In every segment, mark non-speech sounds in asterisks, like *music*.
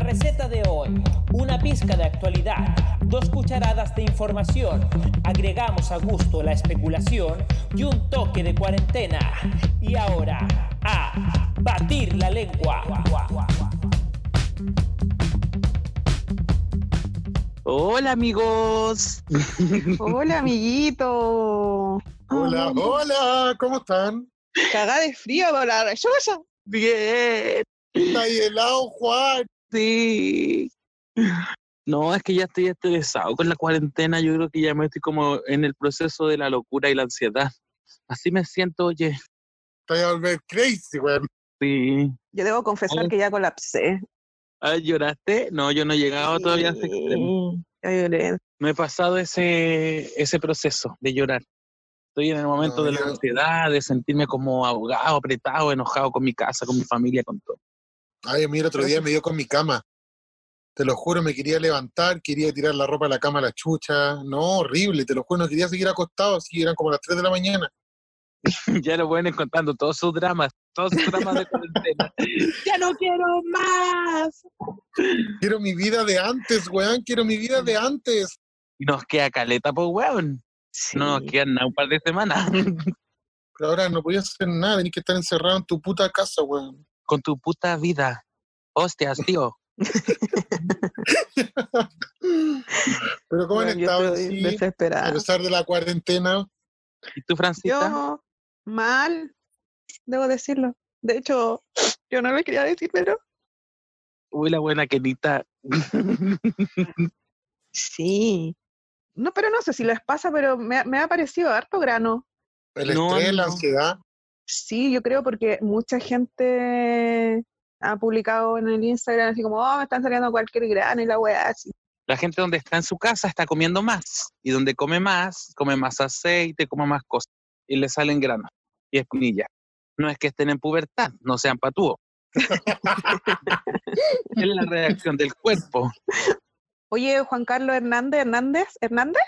receta de hoy, una pizca de actualidad, dos cucharadas de información, agregamos a gusto la especulación y un toque de cuarentena. Y ahora, a batir la lengua. Hola amigos. Hola, amiguito. Hola, hola, ¿cómo están? Cagá de frío por la rechosa. Bien. Está ahí helado, Juan. Sí. No, es que ya estoy estresado con la cuarentena. Yo creo que ya me estoy como en el proceso de la locura y la ansiedad. Así me siento, oye. Está a volver crazy, weón. Sí. Yo debo confesar Ay. que ya colapsé. Ay, ¿Lloraste? No, yo no he llegado todavía. a ese extremo. Ya lloré. No he pasado ese, ese proceso de llorar. Estoy en el momento No, de la yo- ansiedad, de sentirme como ahogado, apretado, enojado con mi casa, con mi familia, con todo. *laughs* Ay, mira, otro día me dio con mi cama. Te lo juro, me quería levantar, quería tirar la ropa a la cama a la chucha. No, horrible, te lo juro, no quería seguir acostado, así eran como las 3 de la mañana. ya lo pueden ir contando todos sus dramas, todos sus dramas de cuarentena. ¡Ya no quiero más! Quiero mi vida de antes, weón, quiero mi vida de antes. Y nos queda caleta, pues, weón. Sí. No nos quedan nada, un par de semanas. *laughs* Pero ahora no podías hacer nada, tenías que estar encerrado en tu puta casa, weón. Con tu puta vida. Hostias, tío. Pero ¿cómo Bueno, han yo estado estoy así, a desesperada. pesar de la cuarentena? ¿Y tú, Francita? Yo, mal, debo decirlo. De hecho, yo no le quería decir, pero Uy, la buena querita. sí. No, pero no sé si les pasa, pero me, ha- me ha parecido harto grano. El No, estrés, la no. ansiedad. Sí, yo creo porque mucha gente ha publicado en el Instagram así como, oh, me están saliendo cualquier grano y la weá así. La gente donde está en su casa está comiendo más. Y donde come más, come más aceite, come más cosas. Y le salen granos y espinillas. No es que estén en pubertad, no sean patúos. *laughs* es la reacción del cuerpo. Oye, Juan Carlos Hernández, Hernández, Hernández.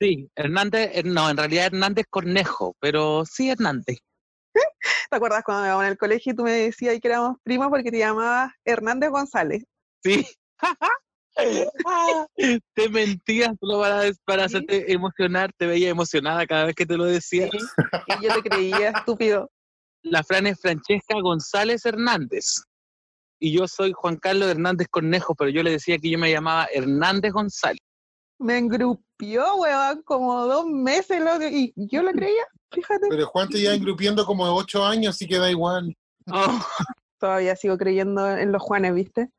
Sí, Hernández, eh, no, en realidad Hernández Cornejo, pero sí Hernández. ¿Te acuerdas cuando íbamos en el colegio y tú me decías que éramos primos porque te llamabas Hernández González? Sí. *laughs* Ah, te mentías solo para, des- para Sí. hacerte emocionar, te veía emocionada cada vez que te lo decía. Y yo te creía estúpido. La Fran es Francesca González Hernández. Y yo soy Juan Carlos Hernández Cornejo, pero yo le decía que yo me llamaba Hernández González. Me engrupió, weón, como dos meses, loco, y yo lo creía, fíjate. Pero Juan te lleva engrupiendo como 8 años, así que da igual. Oh, Todavía sigo creyendo en los Juanes, ¿viste?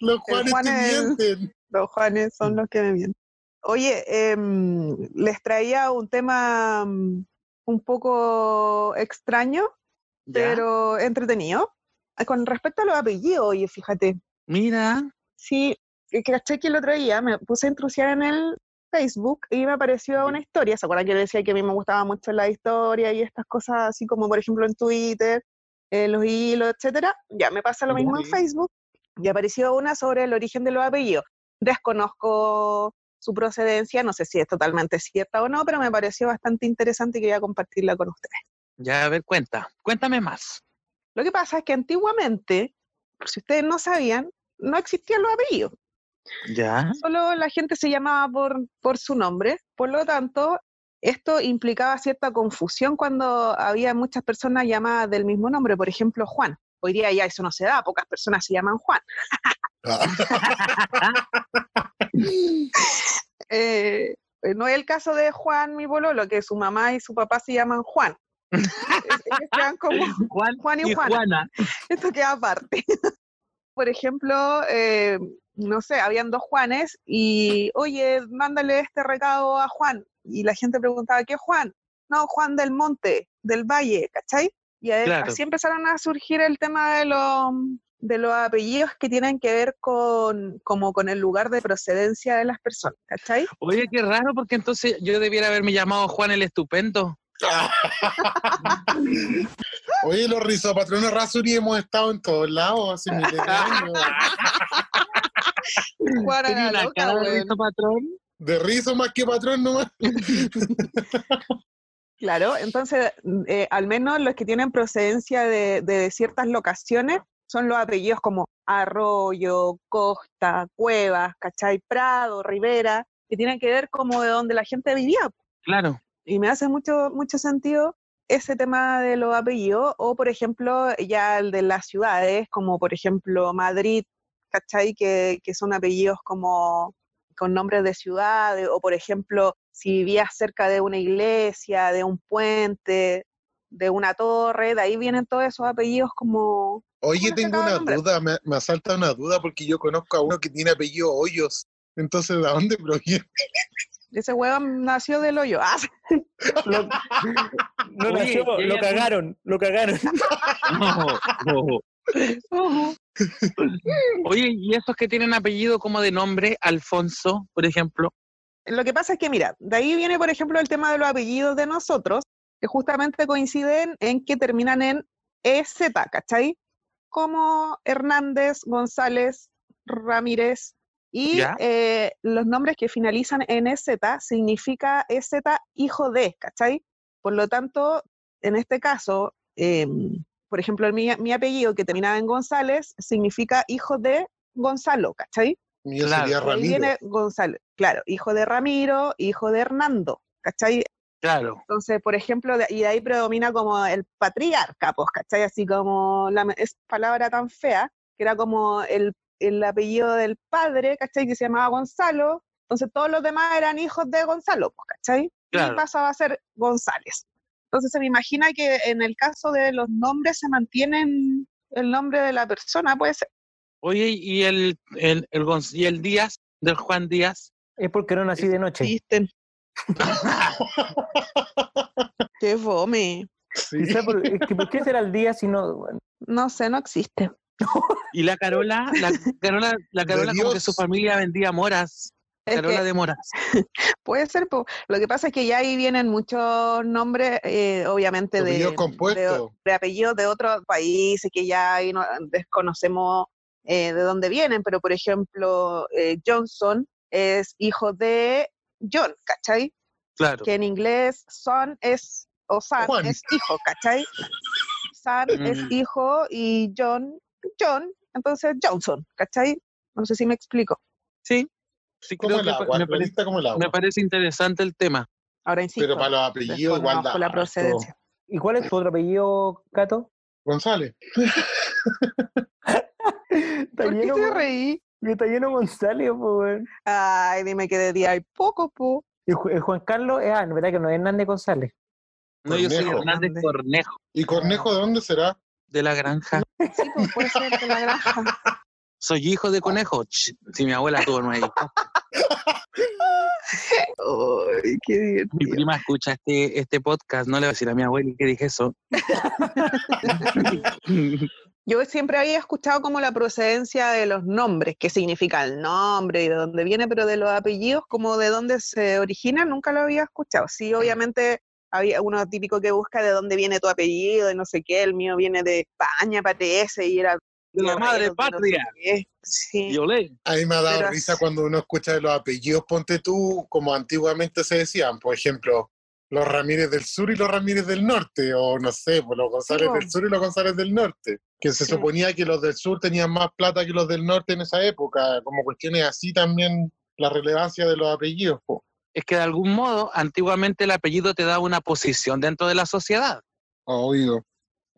Los Juanes Juan te es- mienten. Los Juanes son los que me mienten. Oye, em, les traía un tema mm, un poco extraño, ya. pero entretenido. ah, Con respecto a los apellidos, oye, fíjate. Mira, Sí, que que caché que el otro día me puse a intrusiar en el Facebook y me apareció una historia. ¿Se acuerdan que le decía que a mí me gustaba mucho la historia y estas cosas así como, por ejemplo, en Twitter, eh, los hilos, etcétera? Ya me pasa lo Ya. mismo en Sí. Facebook y apareció una sobre el origen de los apellidos. Desconozco su procedencia, no sé si es totalmente cierta o no, pero me pareció bastante interesante y quería compartirla con ustedes. ya, a ver, cuenta, cuéntame más. Lo que pasa es que antiguamente, por si ustedes no sabían, no existían los apellidos. Ya, solo la gente se llamaba por, por su nombre, por lo tanto, esto implicaba cierta confusión cuando había muchas personas llamadas del mismo nombre, por ejemplo, Juan. Hoy día ya eso no se da, pocas personas se llaman Juan. Ah, Eh, eh, no es el caso de Juan, mi bololo, que su mamá y su papá se llaman Juan. Es- ellos quedan como Juan Juan y y Juana. Juana. Esto queda aparte. *laughs* Por ejemplo, eh, no sé, habían dos Juanes y, oye, mándale este recado a Juan. Y la gente preguntaba, ¿qué Juan? No, Juan del Monte, del Valle, ¿cachai? Y a- Claro. así empezaron a surgir el tema de, los de los apellidos que tienen que ver con, como con el lugar de procedencia de las personas, ¿cachai? Oye, qué raro, porque entonces yo debiera haberme llamado Juan el Estupendo. Oye, los rizopatrones Rasuri hemos estado en todos lados hace miles de años. Juan a Tenía la una loca, cara de weón. Risto patrón. De rizo más que patrón nomás. Claro, entonces, mm, eh, al menos los que tienen procedencia de, de ciertas locaciones, son los apellidos como Arroyo, Costa, Cuevas, ¿cachai? Prado, Rivera, que tienen que ver como de donde la gente vivía. *laughs* Claro. *laughs* Y me hace mucho, mucho sentido ese tema de los apellidos, o por ejemplo, ya el de las ciudades, como por ejemplo Madrid, ¿cachai? Que, que son apellidos como con nombres de ciudades, o por ejemplo, si vivías cerca de una iglesia, de un puente, de una torre, de ahí vienen todos esos apellidos como... Oye, como tengo sacados de una nombre. duda, me, me asalta una duda porque yo conozco a uno que tiene apellido Hoyos. Entonces, ¿de dónde proviene? Ese huevón nació del hoyo. *laughs* Ah, Lo, no Oye, nació, ¿y hay lo algún- cagaron, lo cagaron. No, no. Oye, ¿y esos que tienen apellido como de nombre, Alfonso, por ejemplo? Lo que pasa es que, mira, de ahí viene, por ejemplo, el tema de los apellidos de nosotros, que justamente coinciden en que terminan en EZ, ¿cachai? Como Hernández, González, Ramírez. Y Ya. eh, los nombres que finalizan en EZ significa EZ hijo de, ¿cachai? Por lo tanto, en este caso, em, por ejemplo, el mi, mi apellido que terminaba en González significa hijo de Gonzalo, ¿cachai? Mío Claro, sería De Ahí Ramiro. viene Gonzalo, claro, hijo de Ramiro, hijo de Hernando, ¿cachai? Claro. Entonces, por ejemplo, de- y de ahí predomina como el patriarca, pues, ¿cachai? Así como la es palabra tan fea, que era como el, el apellido del padre, ¿cachai? Que se llamaba Gonzalo, entonces todos los demás eran hijos de Gonzalo, pues, ¿cachai? Claro. Y pasaba a ser González. Entonces se me imagina que en el caso de los nombres se mantienen el nombre de la persona, puede ser. Oye, ¿y el, el, el, Gonz- y el Díaz, del Juan Díaz? *laughs* Es porque no nací de noche. Existen. Qué fome. Sí. Quizá por, es que ¿por qué será el día si no...? bueno, No sé, no existe. ¿Y la Carola? La Carola, la De Carola como que Dios. su familia vendía moras. Es Carola que de moras. puede ser, po. lo que pasa es que ya ahí vienen muchos nombres, eh, obviamente, de, Apellido de, compuesto. de apellidos de otros países que ya ahí no- desconocemos eh, de dónde vienen, pero por ejemplo, eh, Johnson es hijo de John, ¿cachai? Claro. Que en inglés son es, o san Juan. es hijo, ¿cachai? San es Mm. hijo y John, John, entonces Johnson, ¿cachai? No sé si me explico. Sí. Sí, Como creo el que pa- agua, me, parece, realista como el me agua. parece interesante el tema. Ahora insisto, Pero para los apellidos igual da desconozco pues, la harto. procedencia. ¿Y cuál es tu otro apellido, Cato? González. Está ¿Por qué lleno, te po, reí? está lleno González, po, weón. Ay, dime que de día hay poco, *laughs* po. Y Ju- el Juan Carlos, es, ah, no, verdad que no es Hernández González. No, yo soy Cornejo. Hernández Hernández. Cornejo, ¿Y Cornejo de dónde será? de la granja. Sí, po, puede ser de la granja. Soy hijo de conejo. Ch, Si mi abuela tuvo nueve hijos. Ay, qué Mi divertido. prima escucha este, este podcast. No le voy a decir a mi abuela que dije eso. *laughs* Yo siempre había escuchado como la procedencia de los nombres, qué significa el nombre y de dónde viene, pero de los apellidos, como de dónde se origina, nunca lo había escuchado. Sí, Mm. obviamente había uno típico que busca de dónde viene tu apellido y no sé qué, el mío viene de España, parece, y era... De la madre Guerrero, que no sé patria. qué. Sí. Yo le. A mí me ha dado Pero risa así- cuando uno escucha los apellidos, ponte tú, como antiguamente se decían, por ejemplo, los Ramírez del Sur y los Ramírez del Norte, o no sé, pues, los González po. del Sur y los González del Norte, que se Sí. suponía que los del Sur tenían más plata que los del Norte en esa época, como cuestiones así también la relevancia de los apellidos. po. Es que de algún modo, antiguamente el apellido te daba una posición dentro de la sociedad. Obvio.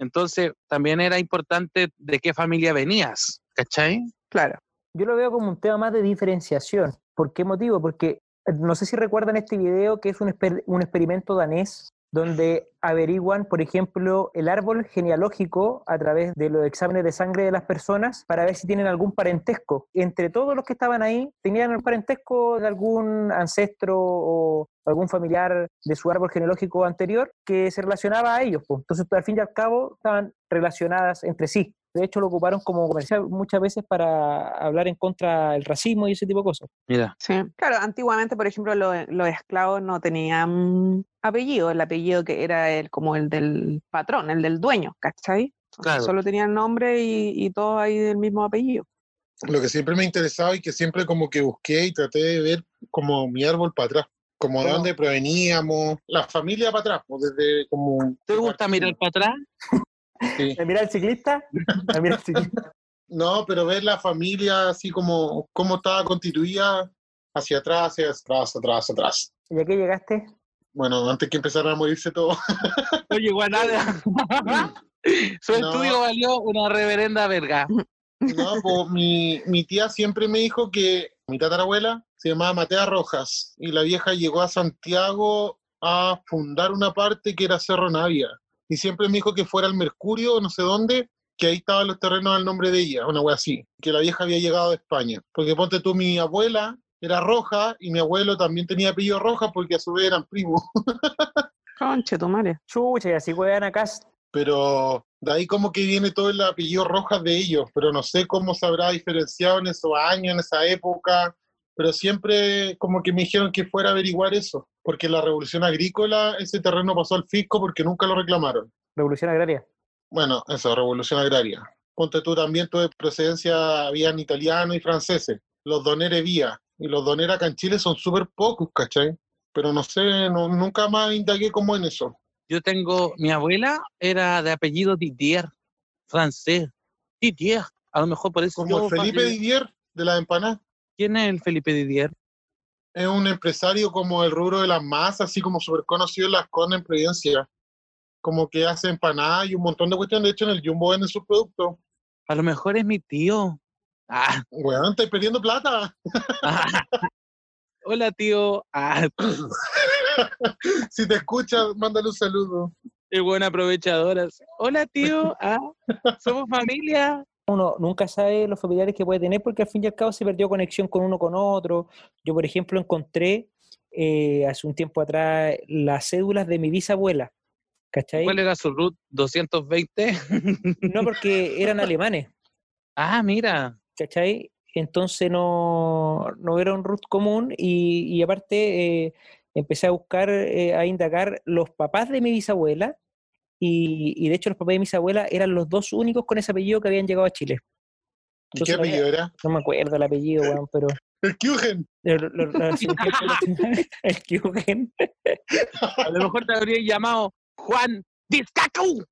Entonces, también era importante de qué familia venías. ¿Cachai? Claro. Yo lo veo como un tema más de diferenciación. ¿Por qué motivo? Porque eh, no sé si recuerdan este video que es un, exper- un experimento danés donde averiguan, por ejemplo, el árbol genealógico a través de los exámenes de sangre de las personas para ver si tienen algún parentesco. Entre todos los que estaban ahí, tenían el parentesco de algún ancestro o algún familiar de su árbol genealógico anterior que se relacionaba a ellos. pues. Entonces, al fin y al cabo, estaban relacionadas entre sí. De hecho, lo ocuparon como comercial muchas veces para hablar en contra del racismo y ese tipo de cosas. Mira. Sí. Claro, antiguamente, por ejemplo, lo- los esclavos no tenían apellido, el apellido que era el, como el del patrón, el del dueño, ¿cachai? Entonces, Claro. Solo tenían nombre y, y todos ahí del mismo apellido. Lo que siempre me ha interesado y que siempre como que busqué y traté de ver como mi árbol para atrás, como de Bueno. dónde proveníamos, la familia para atrás, po, desde como... ¿Te gusta mirar para atrás? Sí. ¿Me mira *laughs* el ciclista? ¿Me mira el ciclista? No, pero ver la familia así como cómo estaba constituida hacia atrás, hacia atrás, atrás, atrás. ¿Y a qué llegaste? Bueno, antes que empezaran a morirse todos. No llegó a *laughs* nada. Su No. estudio valió una reverenda verga. No, pues mi, mi tía siempre me dijo que mi tatarabuela se llamaba Matea Rojas y la vieja llegó a Santiago a fundar una parte que era Cerro Navia. Y siempre me dijo que fuera al Mercurio o no sé dónde, que ahí estaban los terrenos al nombre de ella, una wea así, que la vieja había llegado de España. Porque ponte tú, mi abuela era roja y mi abuelo también tenía apellido roja porque a su vez eran primos. Conche, tu madre. Chucha, y así huevan acá. Pero de ahí como que viene todo el apellido Rojas de ellos, pero no sé cómo se habrá diferenciado en esos años, en esa época, pero siempre como que me dijeron que fuera a averiguar eso, porque la revolución agrícola, ese terreno pasó al fisco porque nunca lo reclamaron. Revolución agraria. Bueno, eso, revolución agraria. Ponte tú también, tú de procedencia, habían italianos y franceses, los doneres vía, y los doneres acá en Chile son súper pocos, ¿cachai? Pero no sé, no- nunca más indagué como en eso. Yo tengo, mi abuela era de apellido Didier, francés. Didier, a lo mejor por eso. Como yo- el Felipe Didier de las empanadas. ¿Quién es el Felipe Didier? es un empresario como el rubro de las masas, así como súper conocido en las con en Providencia. Como que hace empanadas y un montón de cuestiones. De hecho, en el Jumbo venden sus productos. A lo mejor es mi tío. Ah, Weón, estáis perdiendo plata. *laughs* Hola, tío. Ah, si te escuchas, mándale un saludo. qué buena aprovechadora. Hola, tío. Ah, somos familia. uno nunca sabe los familiares que puede tener porque al fin y al cabo se perdió conexión con uno con otro. Yo, por ejemplo, encontré eh, hace un tiempo atrás las cédulas de mi bisabuela, ¿cachai? ¿Cuál era su root? 220. No porque *laughs* eran alemanes, Ah, mira. ¿cachai? Entonces no, no era un root común y, y aparte eh, empecé a buscar, eh, a indagar los papás de mi bisabuela y, y de hecho los papás de mi bisabuela eran los dos únicos con ese apellido que habían llegado a Chile. ¿Y Yo qué se lo voy a- apellido eh, era? No me acuerdo el apellido, weón, pero... El Kyugen. Eh, Lo- lo- lo- lo- hace un tiempo *laughs* lo- el Kyugen. A lo mejor te habría llamado Juan Discacu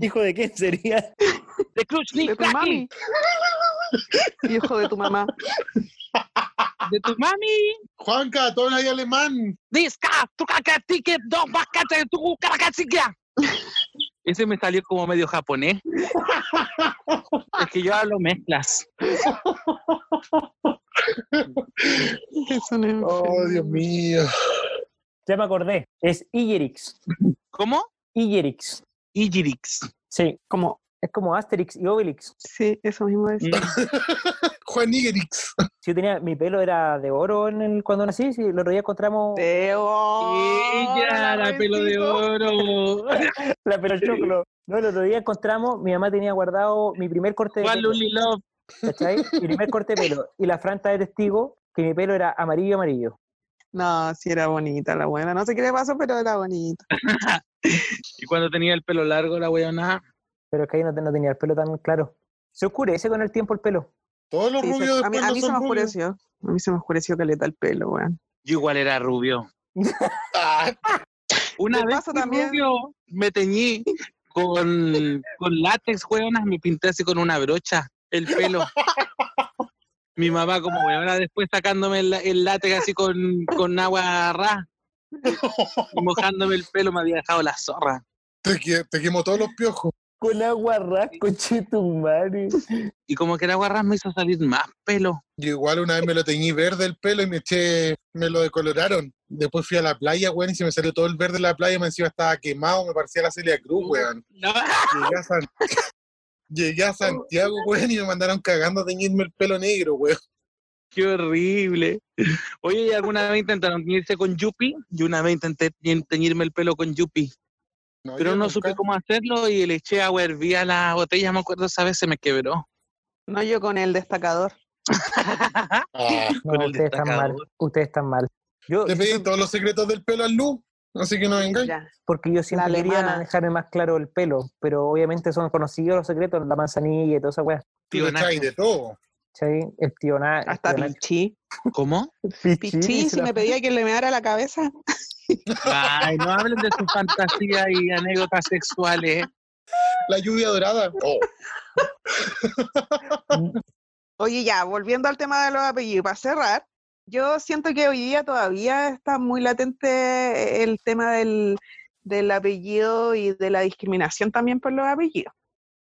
¿Hijo de quién sería? de Kruchnik De tu mami. *laughs* Hijo de tu mamá. De tu mami. Juanca, tú hablas ahí alemán. Disca, tu cacatique, dos vacas, tu cacatica. Ese me salió como medio japonés. es que yo hablo mezclas. Eso no es Oh, enfermo. Dios mío. Ya me acordé. Es Igerix. ¿Cómo? Igerix. Igirix. Sí. Como, Es como Asterix y Obelix. sí, eso mismo Mm, es. Juan Igerix. Si yo tenía, mi pelo era de oro en el- cuando nací, sí, el otro día encontramos Oh, Ella, la pelo de oro. *laughs* la pelochoclo. No, el otro día encontramos, mi mamá tenía guardado mi primer corte de *laughs* Juan pelo, Luli Love. ¿cachai? Mi primer corte de pelo. Y la franta de testigo, que mi pelo era amarillo, amarillo. No, sí era bonita la buena. No sé qué le pasó, pero era bonita. Y cuando tenía el pelo largo, la weona. Pero es que ahí no, te- no tenía el pelo tan claro. Se oscurece con el tiempo el pelo. Todos los Sí, se- rubios a mí, después a no mí se son me rubios. oscureció. A mí se me oscureció caleta el pelo, weón. Yo igual era rubio. Ah, Una Me vez pasa fui también. rubio, me teñí con, con látex, weonas, me pinté así con una brocha el pelo. Mi mamá como weona después sacándome el, la- el látex así con, con agua ra, y mojándome el pelo, me había dejado la zorra. te, que- te quemó todos los piojos. Con agua rasco, chetumare. Y como que el agua ra me hizo salir más pelo. Yo igual una vez me lo teñí verde el pelo y me eché, me lo decoloraron. Después fui a la playa, weón, y se me salió todo el verde de la playa y me encima estaba quemado, me parecía la Celia Cruz, weón. No, Llegué a, San- *laughs* Llegué a Santiago, weón, y me mandaron cagando a teñirme el pelo negro, weón. Qué horrible. Oye, ¿y alguna vez intentaron teñirse con Yuppie? Yo una vez intenté teñ- teñirme el pelo con Yuppie. Pero no yo nunca- supe cómo hacerlo y le eché agua hervía a la botella, me acuerdo esa vez se me quebró. No yo con el destacador. Ah, *laughs* No, Con el ustedes están mal. destacador. Ustedes están mal. Yo, le pedí todos los secretos del pelo al Lu, así que no vengáis. Ya. porque yo siempre quería alemana. dejarme más claro el pelo, pero obviamente son conocidos los secretos, la manzanilla y toda esa weá. Tú le Tío Nacho. echáis de todo. ¿cachai? El tío Na- el Hasta tío Nacho. Pichí. ¿Cómo? Pichín, Pichí, se si la- me pedía que le meara la cabeza. Ay, no hablen de sus fantasías y anécdotas sexuales. La lluvia dorada. Oh. Oye, ya, volviendo al tema de los apellidos, para cerrar, yo siento que hoy día todavía está muy latente eh, el tema del, del apellido y de la discriminación también por los apellidos.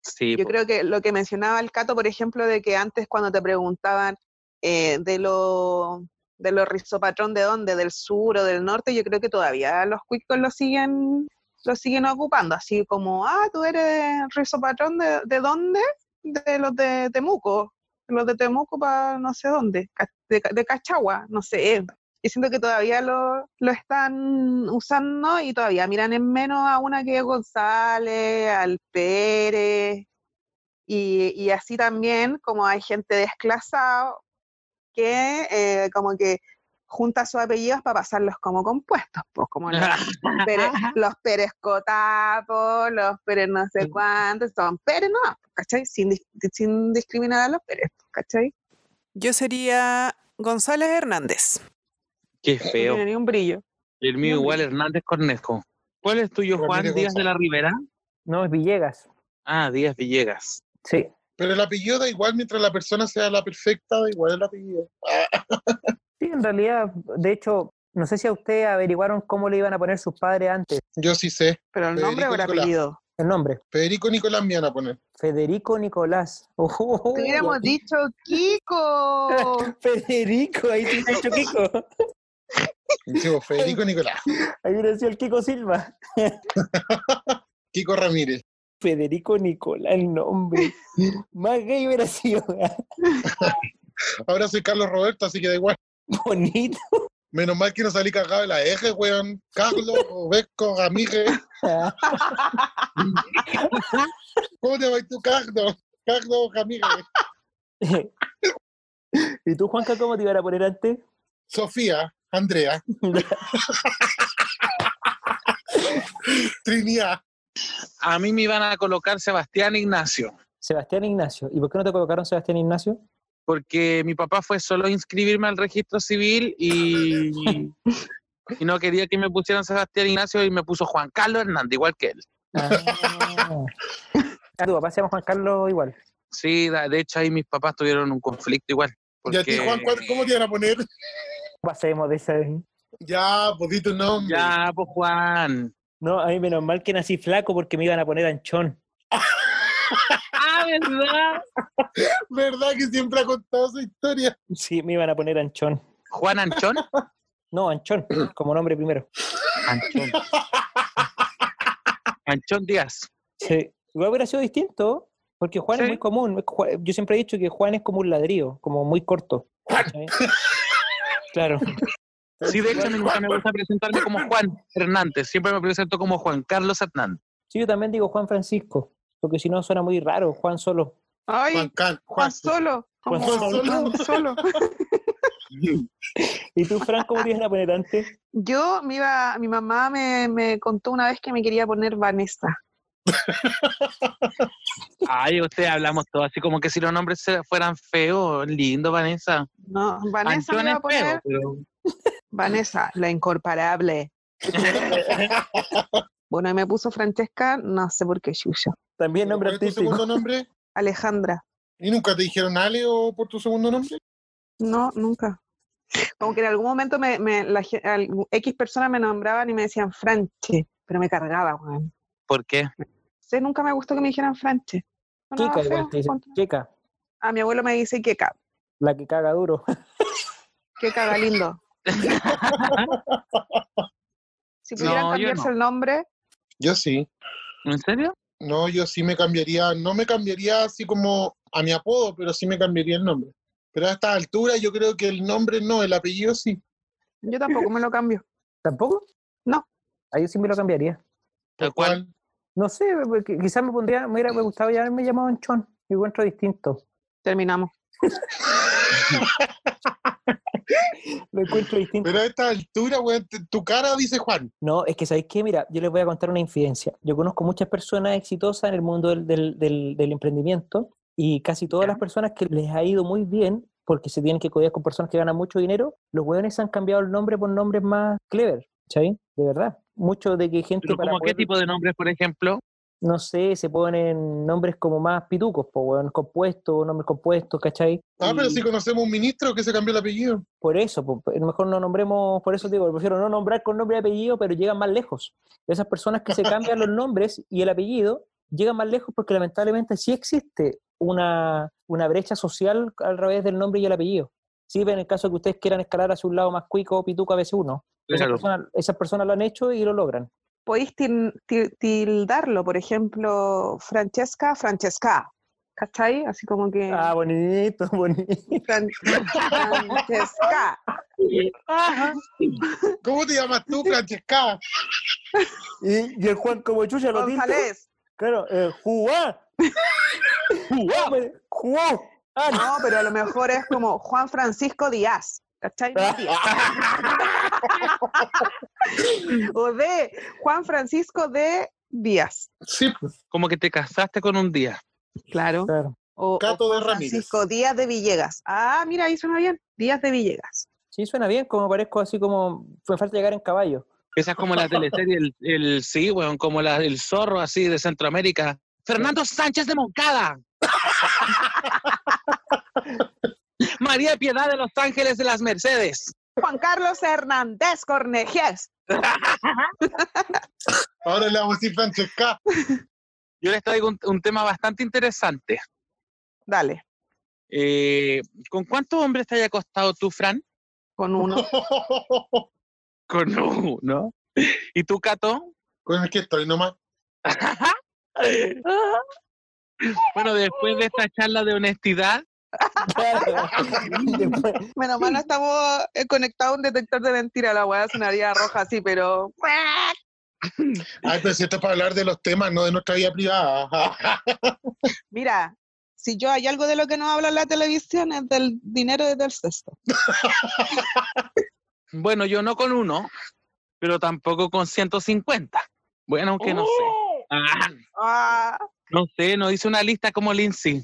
Sí, Yo po. creo que lo que mencionaba el Cato, por ejemplo, de que antes cuando te preguntaban eh, de los de los rizopatrón de dónde, del sur o del norte, yo creo que todavía los cuicos lo siguen lo siguen ocupando, así como, ah, tú eres rizopatrón de, de dónde, de los de Temuco, de los de Temuco para no sé dónde, Ca- de, Ca- de Cachagua, no sé. eh. Yo siento que todavía lo, lo están usando y todavía miran en menos a una que es González, al Pérez, y, y así también, como hay gente desclasada que eh, como que junta sus apellidos para pasarlos como compuestos, pues como los Pérez, los Pérez Cotapo, los Pérez no sé cuántos, son Pérez no, ¿cachai? Sin, dis- sin discriminar a los Pérez, ¿cachai? Yo sería González Hernández. *laughs* Qué No feo. *laughs* tiene ni un brillo. El mío igual, Hernández Cornejo. ¿Cuál es tuyo, Ramírez Juan Díaz de la Rivera? No, es Villegas. Ah, Díaz Villegas. Sí. Pero el apellido da igual mientras la persona sea la perfecta, da igual el apellido. Sí, en realidad, de hecho, no sé si a usted averiguaron cómo le iban a poner sus padres antes Yo sí sé. Pero el nombre o el Federico Nicolás. apellido. el nombre. Federico Nicolás me van a poner. Federico Nicolás. Oh, Te hubiéramos dicho *laughs* Kiko. Federico, ahí tiene hecho Kiko. *laughs* Digo, Federico Nicolás. Ahí nació el Kiko Silva. Kiko Ramírez. Federico Nicolás, el nombre. Más gay hubiera sido. Ahora soy Carlos Roberto, así que da igual. Bonito. Menos mal que no salí cagado de la eje, weón. Carlos, Obesco, Gamige. ¿Cómo te vas tú, Carlos? Carlos, Gamige. ¿Y tú, Juanca, cómo te iban a poner antes? Sofía, Andrea. Trinidad. A mí me iban a colocar Sebastián Ignacio, Sebastián Ignacio. ¿Y por qué no te colocaron Sebastián Ignacio? porque mi papá fue solo a inscribirme al registro civil y, y no quería que me pusieran Sebastián Ignacio y me puso Juan Carlos Hernández, igual que él. Ah. Ah, tu papá se llama Juan Carlos igual. Sí, da- de hecho ahí mis papás tuvieron un conflicto igual. ¿Y a ti, porque Juan, cuál- cómo te van a poner? Pasemos de ese. Ya, poquito nombre. Ya, pues Juan. No, a mí menos mal que nací flaco porque me iban a poner anchón. Ah, ¿verdad? ¿Verdad que siempre ha contado su historia? Sí, me iban a poner anchón. Juan Anchón. No, anchón, como nombre primero. Anchón. Anchón Díaz. Sí. Igual hubiera sido distinto, porque Juan es Sí. muy común. Es Ju- Yo siempre he dicho que Juan es como un ladrillo, como muy corto. ¿cachai? Claro. Sí, de hecho, a mí nunca me gusta presentarme como Juan Hernández. Siempre me presento como Juan Carlos Hernández. Sí, yo también digo Juan Francisco, porque si no suena muy raro, Juan solo. Juan Ay, Can, Juan Juan. Solo. Juan Juan Solo. Solo. Solo. ¿Y tú, Fran, cómo te iban a poner antes? Yo me iba, mi mamá me, me contó una vez que me quería poner Vanessa. Ay, usted hablamos todo así como que si los nombres se- fueran feos, lindo, Vanessa. No, Vanessa Anchón me iba es a poner. feo, pero Vanessa, la incorporable. bueno, y me puso Francesca, no sé por qué, Yuya. También nombre ¿Cuál es tu artístico. segundo nombre? Alejandra, ¿Y nunca te dijeron Ale o por tu segundo nombre? no, nunca. Como que en algún momento me, me- la ge- algu- X personas me nombraban y me decían Franche, pero me cargaba, weón. ¿Por qué? Sí, nunca me gustó que me dijeran Franche. Sonaba Chica, feo, igual te dicen. contra- Chica, A mi abuelo me dice Keka, la que caga duro. *laughs* Keka Galindo. si pudieran No, yo cambiarse no. el nombre, Yo sí. ¿En serio? No, yo sí me cambiaría, no me cambiaría así como a mi apodo, pero sí me cambiaría el nombre. Pero a esta altura yo creo que el nombre no, el apellido sí. yo tampoco me lo cambio. ¿Tampoco? No. Ahí yo sí me lo cambiaría. ¿Tal cual? ¿Cuál? No sé, porque quizás me pondría, me hubiera gustado ya haberme llamado Anchón. Me encuentro distinto. Terminamos. Lo encuentro distinto. Pero a esta altura, weón, te- tu cara dice Juan. No, es que ¿sabéis qué? Mira, yo les voy a contar una infidencia. Yo conozco muchas personas exitosas en el mundo del, del- del- del emprendimiento y casi todas las personas que les ha ido muy bien, porque se tienen que codear con personas que ganan mucho dinero, los hueones han cambiado el nombre por nombres más clever, ¿sabéis? de verdad. Mucho de que gente Pero para como qué poder- tipo de nombres, por ejemplo, no sé, se ponen nombres como más pitucos, po, weón, compuestos, nombres compuestos, ¿cachai? Ah, pero Y si conocemos un ministro que se cambió el apellido. Por eso, po, pe- mejor no nombremos, por eso digo, prefiero no nombrar con nombre y apellido, pero llegan más lejos. Esas personas que se cambian los nombres y el apellido llegan más lejos porque lamentablemente sí existe una, una brecha social al revés del nombre y el apellido. Sí, en el caso de que ustedes quieran escalar hacia un lado más cuico o pituco a veces uno. Esas, Claro. personas, esas personas lo han hecho y lo logran. Podéis til- til- tildarlo, por ejemplo, Francesca, Francesca. ¿Cachai? Así como que. Ah, bonito, *laughs* bonito. Fran- Francesca. ¿Cómo te llamas tú, Francesca? Y, y el Juan como chucha lo tinto. González. Claro, eh, jugar. jugar. pues, jugar. Ah, no. No, pero a lo mejor es como Juan Francisco Díaz. ¿Cachai? No es Díaz. o de Juan Francisco de Díaz. Sí, pues. como que te casaste con un día. Claro. Claro. O, o Cato de Juan Ramírez. Francisco Díaz de Villegas. Ah, mira, ahí suena bien. Díaz de Villegas. Sí, suena bien, como parezco así como. Fue falta llegar en *laughs* caballo. *laughs* Esa es como la teleserie, el, el- sí, weón, como la, el zorro así de Centroamérica. Fernando Sánchez de Moncada. *laughs* María de Piedad de Los Ángeles de las Mercedes. Juan Carlos Hernández Cornejes. ahora le vamos a decir Francesca. *laughs* Yo les traigo un, un tema bastante interesante. Dale, Eh, ¿Con cuántos hombres te haya acostado tú, Fran? con uno. Con uno. ¿Y tú, Cato? Con el que estoy nomás. Bueno, después de esta charla de honestidad, Claro. Después, *laughs* Menos mal no estamos eh, conectados a un detector de mentira. La weá sonaría roja así, pero. Ah, pero si esto es para hablar de los temas, no de nuestra vida privada. *laughs* Mira, si yo hay algo de lo que no habla la televisión es del dinero y del sexo. bueno, yo no con uno, pero tampoco con 150. Bueno, aunque no sé. Ah, Ah, no sé, no hice una lista como Lindsay.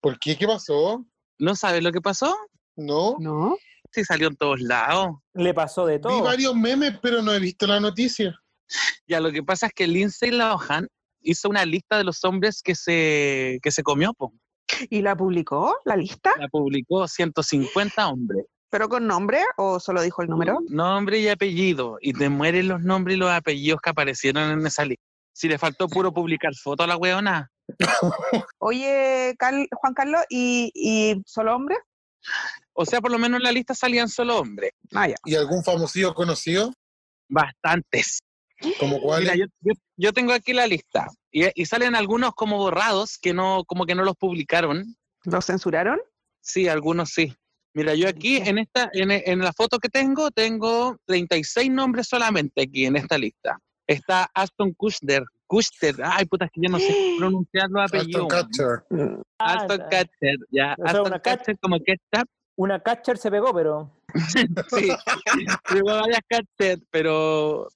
¿Por qué? ¿Qué pasó? ¿No sabes lo que pasó? No. no. Sí, salió en todos lados. le pasó de Vi todo. varios memes, pero no he visto la noticia. Ya, lo que pasa es que Lindsay Lohan hizo una lista de los hombres que se, que se comió, po. ¿Y la publicó la lista? la publicó 150 hombres. ¿Pero con nombre o solo dijo el número? Nombre y apellido. Y te mueren los nombres y los apellidos que aparecieron en esa lista. Si le faltó puro publicar foto a la weona. Oye, Carl- Juan Carlos, ¿y, y solo hombre? O sea, por lo menos en la lista salían solo hombres. Ah, ya. ¿Y algún famosillo conocido? Bastantes. ¿Como cuál? Mira, yo, yo- yo tengo aquí la lista. Y, y salen algunos como borrados que no, como que no los publicaron. ¿Lo censuraron? Sí, algunos sí. Mira, yo aquí en esta, en, e- en la foto que tengo, tengo 36 nombres solamente aquí en esta lista. Está Aston Kutcher. Kutcher. Ay, puta, es que yo no sé pronunciar los apellidos. Aston Catcher. Mm, Ah, Aston ya. Kutcher, ya. O sea, una Aston Kutcher como ketchup. Una catcher se pegó, pero. Sí. Digo, vaya Kutcher, pero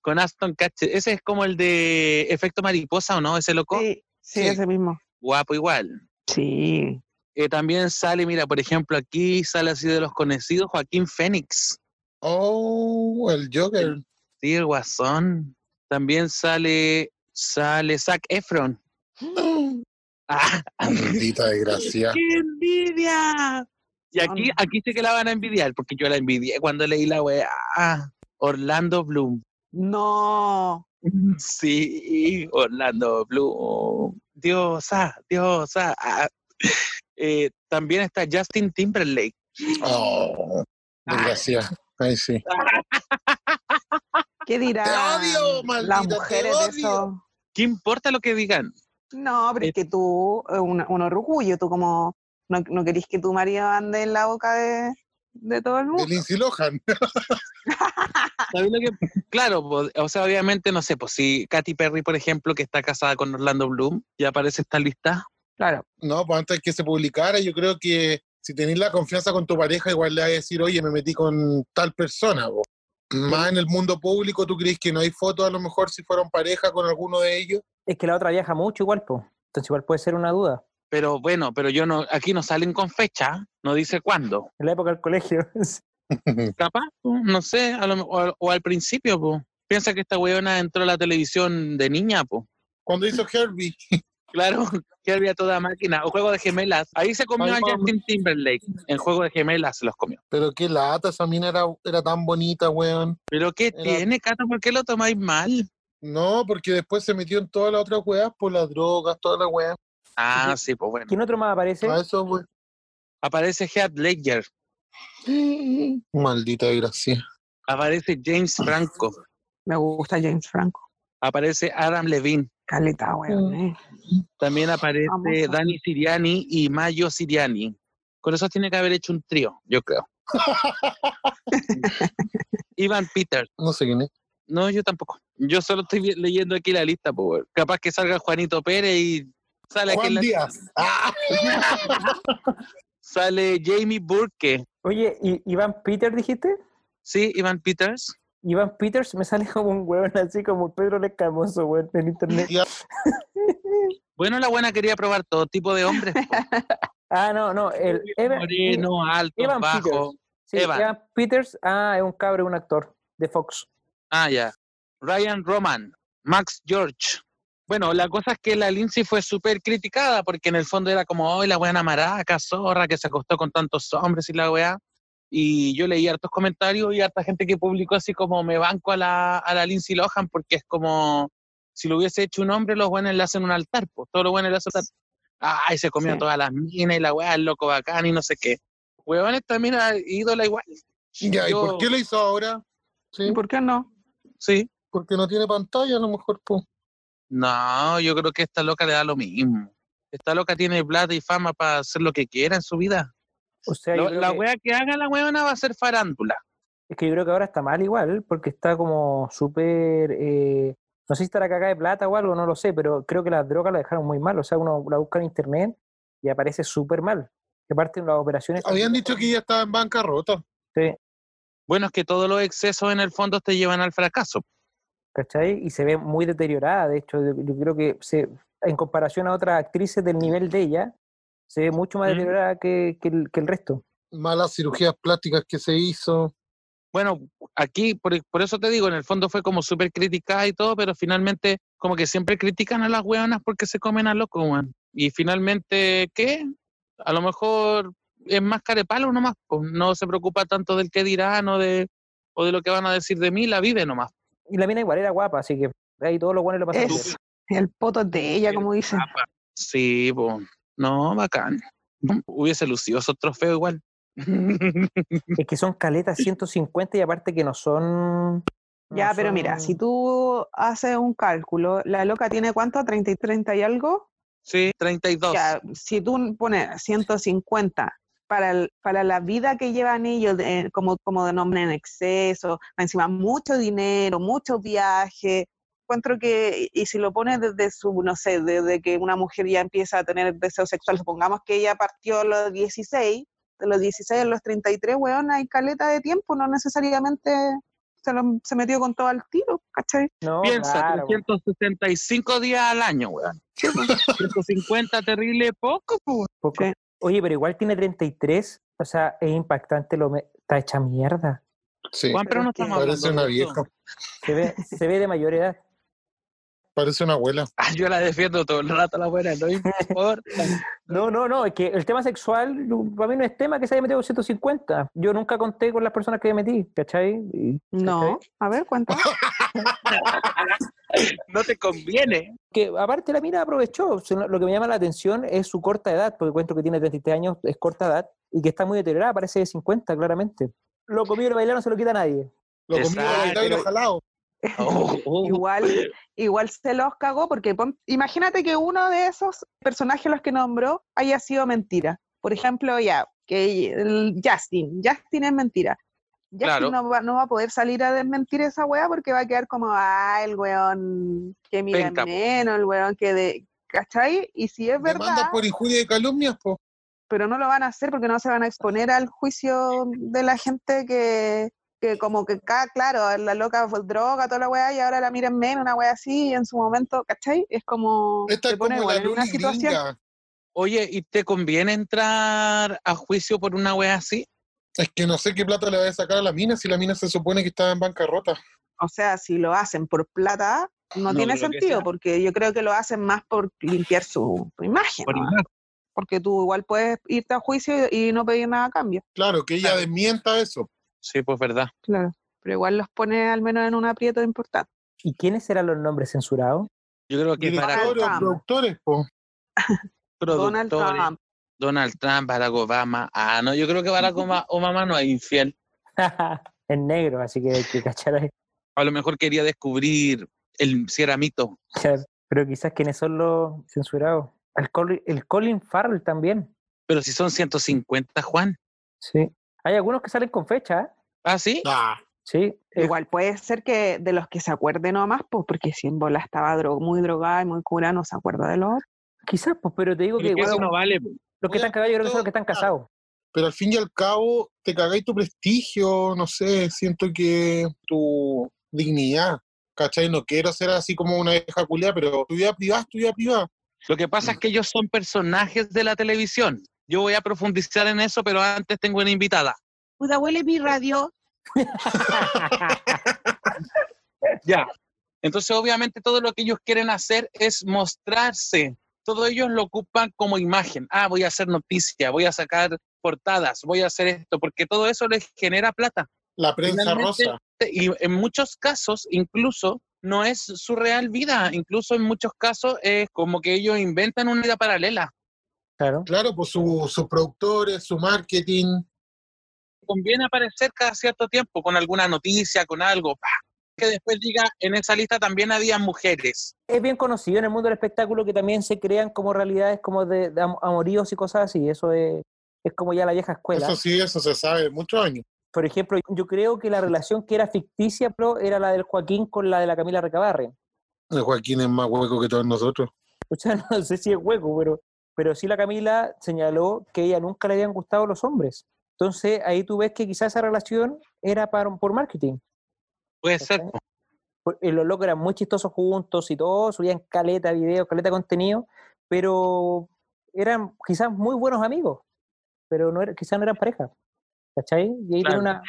con Aston Kutcher. Ese es como el de efecto mariposa, ¿o no? Ese loco. Sí, sí, Sí. ese mismo. Guapo igual. Sí. Eh, también sale, mira, por ejemplo, aquí sale así de los conocidos Joaquín Fénix. Oh, el Joker. Sí, el Guasón. También sale, sale Zac Efron. *laughs* ¡Ah! Maldita desgracia. ¡Qué envidia! Y No, aquí, no. aquí sí que la van a envidiar, porque yo la envidié cuando leí la weá. Orlando Bloom. No. Sí, Orlando Bloom. Diosa, diosa. Ah. Eh, también está Justin Timberlake. Oh, Ah. desgracia. Ahí sí. ¿Qué dirán odio, maldita, las te mujeres de odio. eso? ¿Qué importa lo que digan? No, pero Eh, es que tú, eh, un, un orgullo, tú como, no, no querís que tu marido ande en la boca de, de todo el De mundo. Lindsay Lohan. *laughs* ¿Sabes lo que- Claro, po, o sea, obviamente, no sé, pues si Katy Perry, por ejemplo, que está casada con Orlando Bloom, ya aparece esta lista. Claro. No, pues antes que se publicara, yo creo que si tenéis la confianza con tu pareja, igual le vas a decir, oye, me metí con tal persona. po". Más en el mundo público, ¿tú crees que no hay fotos a lo mejor si fueron pareja con alguno de ellos? *laughs* Es que la otra viaja mucho igual, po. Entonces igual puede ser una duda. Pero bueno, pero yo no, aquí no salen con fecha, no dice cuándo. En la época del colegio. *laughs* Capaz, po, no sé, a lo me- o, al- o al principio, po. Piensa que esta weona entró a la televisión de niña, pues. po. Cuando hizo Herbie, Claro, *laughs* que había toda máquina. O Juego de Gemelas. Ahí se comió Ay, a mamá. Justin Timberlake. En Juego de Gemelas se los comió. pero qué lata, esa mina era, era tan bonita, weón. ¿Pero qué Era- tiene, Cata? ¿Por qué lo tomáis mal? No, porque después se metió en todas las otras weas por las drogas, todas las weas. Ah, sí, pues bueno. ¿Quién otro más aparece? A eso, we- Aparece Heath Ledger. Maldita desgracia. Aparece James Franco. Me gusta James Franco. Aparece Adam Levine. Caleta, weón. Mm. eh. También aparece Vamos a- Dani Siriani y Mayo Siriani. Con eso tiene que haber hecho un trío, yo *laughs* creo. Ivan Peters. No sé quién es. No, yo tampoco. Yo solo estoy vi- leyendo aquí la lista, por Capaz que salga Juanito Pérez y sale, aquí Juan la- Díaz. ¡Ah! sale Jamie Burke. Oye, ¿y Iván Peters dijiste? Sí, Ivan Peters. Iván Peters me sale como un huevón así como Pedro el Escamoso, weón, en internet. Díaz. Bueno, la buena quería probar todo tipo de hombres. po. Ah, no, no, el Evan, Moreno, alto, Evan bajo. Peters. sí, Evan. Evan Peters, ah, es un cabro, un actor de Fox. Ah, ya. Ryan Roman, Max George. Bueno, la cosa es que la Lindsay fue súper criticada porque en el fondo era como, hoy la buena maraca, zorra, que se acostó con tantos hombres y la weá. Y yo leí hartos comentarios y harta gente que publicó así como, me banco a la, a la Lindsay Lohan porque es como, si lo hubiese hecho un hombre, los buenos le hacen un altar, pues todos los buenos le hacen un altar. Ay, se comió Sí. todas las minas y la weá, el loco bacán y no sé qué. Weones también a ídola igual. Ya, ¿y Yo- por qué lo hizo ahora? ¿Y Sí, por qué no? Sí. porque no tiene pantalla, a lo mejor, po. No, yo creo que esta loca le da lo mismo. Esta loca tiene plata y fama para hacer lo que quiera en su vida. O sea, yo Lo- creo la que- wea que haga la weona va a ser farándula. es que yo creo que ahora está mal igual, porque está como súper, eh, no sé si estará cagada de plata o algo, no lo sé, pero creo que las drogas la dejaron muy mal, o sea, uno la busca en internet y aparece súper mal. Que aparte en las operaciones... Habían dicho que ella estaba en bancarrota. Sí, Bueno, es que todos los excesos en el fondo te llevan al fracaso. ¿cachai? Y se ve muy deteriorada, de hecho, yo, yo creo que se, en comparación a otras actrices del nivel de ella, se ve mucho más Mm. deteriorada que, que el, que el resto. Malas cirugías plásticas que se hizo. Bueno, aquí, por, por eso te digo, en el fondo fue como súper criticada y todo, pero finalmente como que siempre critican a las weonas porque se comen a loco, weón. Y finalmente, ¿qué? A lo mejor es más carepalo nomás, pues, no se preocupa tanto del qué dirán o de, o de lo que van a decir de mí, la vive nomás. Y la mina igual era guapa, así que ahí todos los buenos lo pasan. bien. Es el poto de ella, como dicen. Ah, Sí, pues, no, bacán. *laughs* Hubiese lucido esos trofeos igual. *laughs* Es que son caletas 150 y aparte que no son... no Ya, pero mira, si son- tú haces un cálculo, la loca tiene cuánto, 30 y 30 y algo. sí, 32. Ya, si tú pones 150 para, el- para la vida que llevan ellos, de- como, como de nombre en exceso, encima mucho dinero, muchos viajes, encuentro que, y si lo pones desde su, no sé, desde que una mujer ya empieza a tener deseo sexual, supongamos que ella partió a los 16, de los 16 a los 33, weón, hay caleta de tiempo, no necesariamente se, lo- se metió con todo al tiro, ¿cachai? No, Piensa, oh, claro, 365 días al año, weón. 350 terrible poco, pues. poco. Sí. Oye, pero igual tiene 33, o sea, es impactante lo... me- Está hecha mierda. Sí, Juan, pero no es que estamos parece hablando una de eso. vieja, Se ve, se ve de mayor edad. parece una abuela. Ah, yo la defiendo todo el rato, la buena, no importa. No, no, no, es que el tema sexual no, para mí no es tema que se haya metido 150. Yo nunca conté con las personas que me metí, ¿cachai? Y- No, a ver, cuenta. no te conviene. Que aparte la mina aprovechó. si no- Lo que me llama la atención es su corta edad, porque cuento que tiene 33 años, es corta edad, y que está muy deteriorada, parece de 50, claramente. Lo comido y lo bailado no se lo quita a nadie. Lo comió Exacto. la mitad y lo jalado. Oh, oh. Igual, igual se los cagó porque pon- imagínate que uno de esos personajes los que nombró haya sido mentira. Por ejemplo, ya, que el Justin, Justin es mentira. Justin Claro. no, va, no va a poder salir a desmentir esa wea porque va a quedar como, ah, el weón que mira Penca, po. menos, el weón que de... ¿Cachai? Y si es Demandas verdad, por injuria y calumnias, po. pero no lo van a hacer porque no se van a exponer al juicio de la gente que, que como que, ca- claro, la loca fue droga, toda la weá, y ahora la miran menos, una weá así, y en su momento, ¿cachai? Es como, Esta te es como pone la igual en una Luli situación. gringa. Oye, ¿y te conviene entrar a juicio por una wea así? Es que no sé qué plata le va a sacar a la mina si la mina se supone que estaba en bancarrota. O sea, si lo hacen por plata, no, No, tiene pero lo que sentido, sea. porque yo creo que lo hacen más por limpiar su imagen. Por ¿no? imagen. Porque tú igual puedes irte a juicio y y no pedir nada a cambio. Claro, que ella desmienta eso. Sí, pues verdad. Claro. Pero igual los pone al menos en un aprieto importante. ¿Y quiénes serán los nombres censurados? *laughs* Yo creo que Directores, para Donald Trump. productores, po. Donald productores, Trump. Donald Trump, Barack Obama. Ah, no, yo creo que Barack Obama, Obama no es infiel. es negro, así que hay que cachar ahí. A lo mejor quería descubrir el, si era mito. Claro, Pero quizás quiénes son los censurados. El Colin, el Colin Farrell también. Pero si son 150, Juan. Sí. Hay algunos que salen con fecha, ¿eh? Ah, sí. Ah, Sí. eh, Igual puede ser que de los que se acuerde nomás, pues porque si en bola estaba dro- muy drogada y muy cura, no se acuerda de los otros. quizás, pues, pero te digo que Porque igual eso no vale. pues. po. los que Oye, están cagados yo creo que son los que están claro. casados. pero al fin y al cabo te cagáis tu prestigio, no sé, siento que tu dignidad, ¿cachai? No quiero ser así como una vieja culia, pero tu vida privada es tu vida privada. Lo que pasa es que ellos son personajes de la televisión. Yo voy a profundizar en eso, pero antes tengo una invitada. Puta, huele mi radio. Ya. Entonces, obviamente, todo lo que ellos quieren hacer es mostrarse. Todo ellos lo ocupan como imagen. Ah, voy a hacer noticia, voy a sacar portadas, voy a hacer esto, porque todo eso les genera plata. La prensa Finalmente, rosa. Y en muchos casos, incluso, no es su real vida. Incluso en muchos casos es como que ellos inventan una vida paralela. Claro. Claro, pues su- sus productores, su marketing. Conviene aparecer cada cierto tiempo con alguna noticia, con algo. pa, Que después diga, en esa lista también había mujeres. Es bien conocido en el mundo del espectáculo que también se crean como realidades como de, de am- amoríos y cosas así. Eso es, es como ya la vieja escuela. Eso sí, eso se sabe, muchos años. Por ejemplo, yo creo que la relación que era ficticia pero era la del Joaquín con la de la Camila Recabarren. El Joaquín es más hueco que todos nosotros. O sea, *laughs* no sé si es hueco, pero, pero sí la Camila señaló que a ella nunca le habían gustado los hombres. Entonces ahí tú ves que quizás esa relación era para, por marketing. Puede ser. ¿cachai? po. por- eh, los locos eran muy chistosos juntos y todo, subían caleta videos, caleta contenido, pero eran quizás muy buenos amigos, pero no era- quizás no eran pareja. ¿Cachai? Y ahí tiene Claro. una,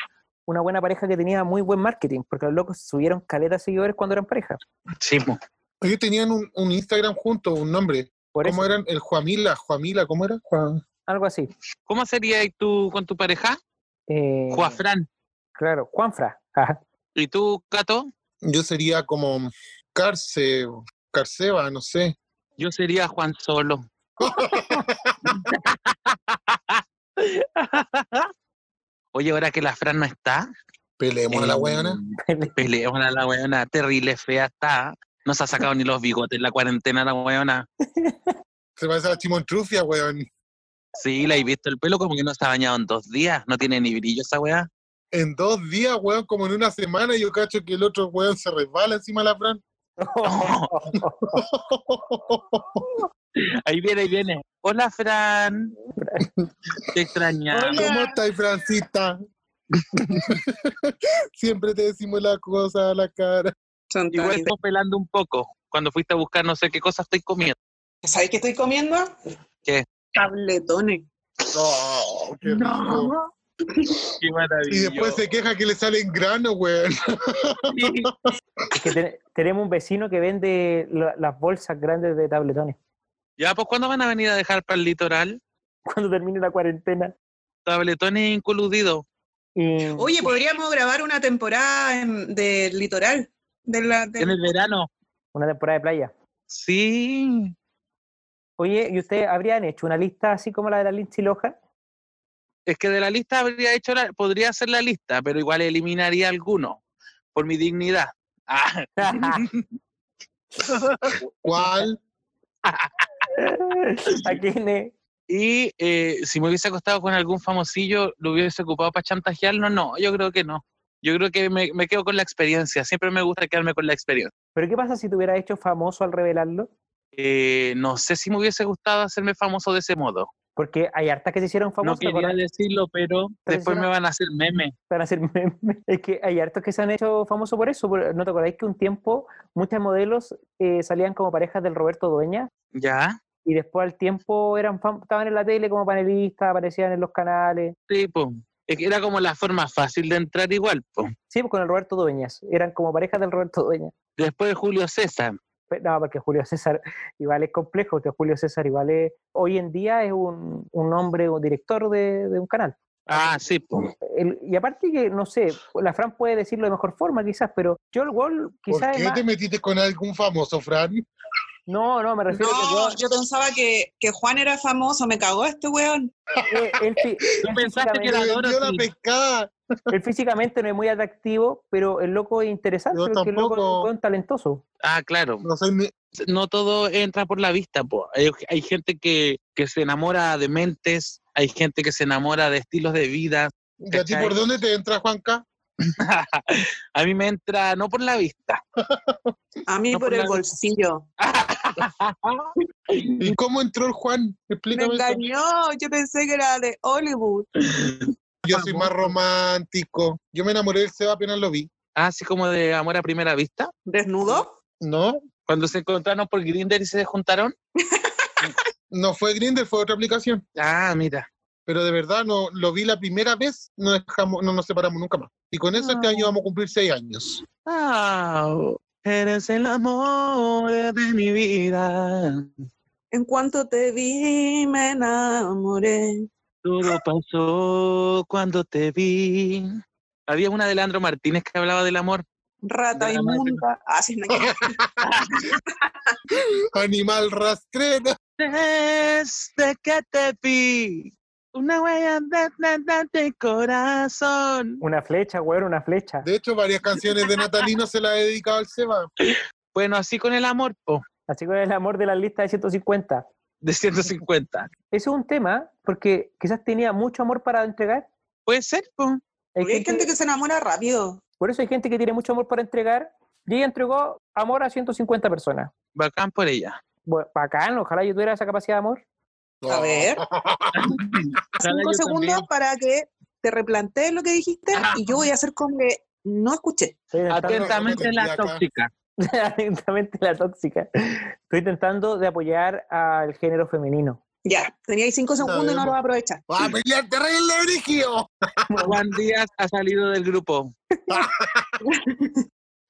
una buena pareja que tenía muy buen marketing, porque los locos subieron caleta de seguidores cuando eran pareja. Sí, po. Ellos tenían un, un Instagram junto, un nombre. Por ¿Cómo eso, eran? El Juamila, Juamila, ¿cómo era? Juan- algo así. ¿Cómo sería ahí tú con tu pareja? Eh, Juafran. Claro, Juanfra. ajá. *laughs* ¿Y tú, Cato? Yo sería como Carce, Carceba, no sé. Yo sería Juan Solo. *laughs* Oye, ahora que la Fran no está, Peleemos a la eh, weona. *laughs* Peleemos a la weona, terrible fea está. No se ha sacado ni los bigotes en la cuarentena la weona. Se parece a la Chimontrufia, weón. Sí, la he visto el pelo como que no se ha bañado en dos días. No tiene ni brillo esa weá. En dos días, weón, como en una semana, yo cacho que el otro weón se resbala encima de la *laughs* Fran. Ahí viene, ahí viene. Hola, Fran. Te extrañamos. ¿Cómo estás, Francita? *laughs* Siempre te decimos la cosa a la cara. Son tan Igual estoy pelando un poco. Cuando fuiste a buscar no sé qué cosa estoy comiendo. in- ¿Sabes qué estoy comiendo? ¿Qué? Tabletones. No, qué rico. Qué Y después se queja que le salen granos, weón. Es que ten- tenemos un vecino que vende la- las bolsas grandes de tabletones. *laughs* Ya, pues, ¿cuándo van a venir a dejar para el litoral? Cuando termine la cuarentena. Tabletones incluidos. Y- Oye, podríamos grabar una temporada en- del litoral. De la, de- En el verano. una temporada de playa. Sí. Oye, ¿y ustedes habrían hecho una lista así como la de la Lindsay *laughs* Loja? Es que de la lista habría hecho la, podría hacer la lista, pero igual eliminaría alguno. Por mi dignidad. *laughs* Ah, ¿Cuál? ¿A quién es? y eh, si me hubiese acostado con algún famosillo, ¿lo hubiese ocupado para chantajearlo? No, yo creo que no. Yo creo que me, me quedo con la experiencia. Siempre me gusta quedarme con la experiencia. ¿Pero qué pasa si te hubiera hecho famoso al revelarlo? Eh, no sé si me hubiese gustado hacerme famoso de ese modo. Porque hay hartas que se hicieron No famosos. ¿te quería acuerdas? decirlo, pero Pero después si me no- van a hacer meme. Van a ser memes. *laughs* Es que hay hartos que se han hecho famosos por eso. por- ¿No te acordáis que un tiempo muchas modelos eh, salían como parejas del Roberto Dueña? ¿Ya? Y después al tiempo eran fam- estaban en la tele como panelistas, aparecían en los canales. Sí, po. Es que era como la forma fácil de entrar igual. po. Sí, pues, con el Roberto Dueñas. Eran como parejas del Roberto Dueñas. Después Julio César. Pe- No, porque Julio César igual es complejo, porque Julio César igual es, hoy en día es un, un hombre o director de, de un canal. Ah, sí, po. El- y aparte que, no sé, la Fran puede decirlo de mejor forma quizás, pero Joel Wall ¿Por quizás... es qué más- te metiste con algún famoso, Fran? No, no, me refiero a No, yo pensaba que, que Juan era famoso, me cagó este weón. que Joel, eh, él, fi- *laughs* ¿Tú pensaste que Te era vendió la Dorothy? pescada. él físicamente no es muy atractivo, pero el loco es interesante, Yo porque el loco es un tampoco. weón talentoso. Ah, claro. No soy ni- No todo entra por la vista, po. Hay, hay gente que, que se enamora de mentes, hay gente que se enamora de estilos de vida. ¿Y a ti ¿Cachai? por dónde te entra, Juanca? A mí me entra no por la vista. A mí No, por por el la- bolsillo. ¿Y cómo entró el Juan? Me Explícame. eso. engañó, yo pensé que era de Hollywood. Yo soy más romántico. Yo me enamoré del Seba apenas lo vi. Ah, Así como de amor a primera vista. ¿Desnudo? ¿No? Cuando se encontraron por Grindr y se juntaron. No fue Grindr, fue otra aplicación. Ah, mira. Pero de verdad, no lo vi la primera vez, no, dejamos, no nos separamos nunca más. Y con eso este Ah. año vamos a cumplir seis años. Ah, eres el amor de mi vida. En cuanto te vi, me enamoré. Todo pasó cuando te vi. Había una de Leandro Martínez que hablaba del amor. Rata Ya, madre. inmunda. Ah, sí, *laughs* no, Animal rastrero. Desde que te vi, una huella de, de- de- de corazón. Una flecha, weón, una flecha. De hecho, varias canciones de Natalino se las he dedicado al Seba. Bueno, así con el amor, po, Así que es el amor de la lista de 150. de 150. Eso es un tema, porque quizás tenía mucho amor para entregar. Puede ser, po. Hay porque hay gente que se enamora rápido. Por eso hay gente que tiene mucho amor para entregar. Y ella entregó amor a 150 personas. Bacán por ella. Bueno, bacán, ojalá yo tuviera esa capacidad de amor. A *laughs* ver. Cinco yo segundos también. para que te replantees lo que dijiste y yo voy a hacer como que no escuché. Estoy intentando- *laughs* Atentamente la tóxica. Atentamente la tóxica. Estoy intentando de apoyar al género femenino. Ya, teníais cinco segundos y no bien. lo vas a aprovechar. ¡Va a pelear terrible, Brigio! Juan Díaz ha salido del grupo.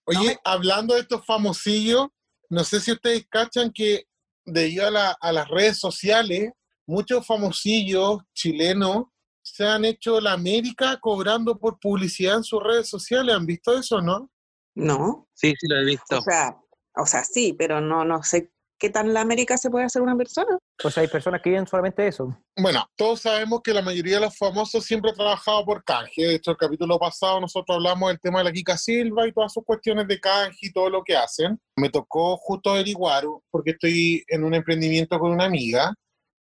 Oye, hablando de estos famosillos, no sé si ustedes cachan que debido a, la- a las redes sociales, muchos famosillos chilenos se han hecho la América cobrando por publicidad en sus redes sociales. ¿Han visto eso, no? No, Sí, sí, lo he visto. o sea, o sea, sí, pero no, no sé qué tan la América se puede hacer una persona. O sea, hay personas que viven solamente eso. Bueno, todos sabemos que la mayoría de los famosos siempre ha trabajado por canje. De hecho, el capítulo pasado nosotros hablamos del tema de la Kika Silva y todas sus cuestiones de canje y todo lo que hacen. Me tocó justo averiguar, porque estoy en un emprendimiento con una amiga,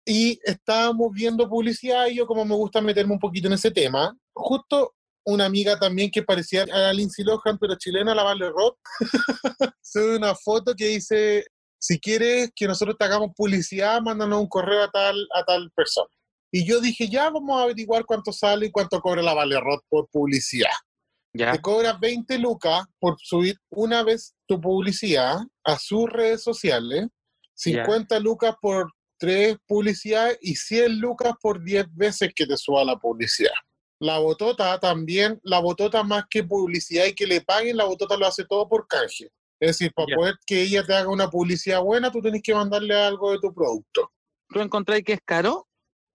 y estábamos viendo publicidad y yo como me gusta meterme un poquito en ese tema, justo una amiga también que parecía a Lindsay Lohan, pero chilena, la Vale Rock, *laughs* sube una foto que dice si quieres que nosotros te hagamos publicidad, mándanos un correo a tal, a tal persona. Y yo dije, ya vamos a averiguar cuánto sale y cuánto cobra la Valerrot por publicidad. Ya. Te cobras 20 lucas por subir una vez tu publicidad a sus redes sociales, Ya. 50 lucas por tres publicidades y 100 lucas por 10 veces que te suba la publicidad. La botota también, la botota más que publicidad y que le paguen, la botota lo hace todo por canje. Es decir, para Ya. poder que ella te haga una publicidad buena, tú tenés que mandarle algo de tu producto. ¿Tú encontrás que es caro?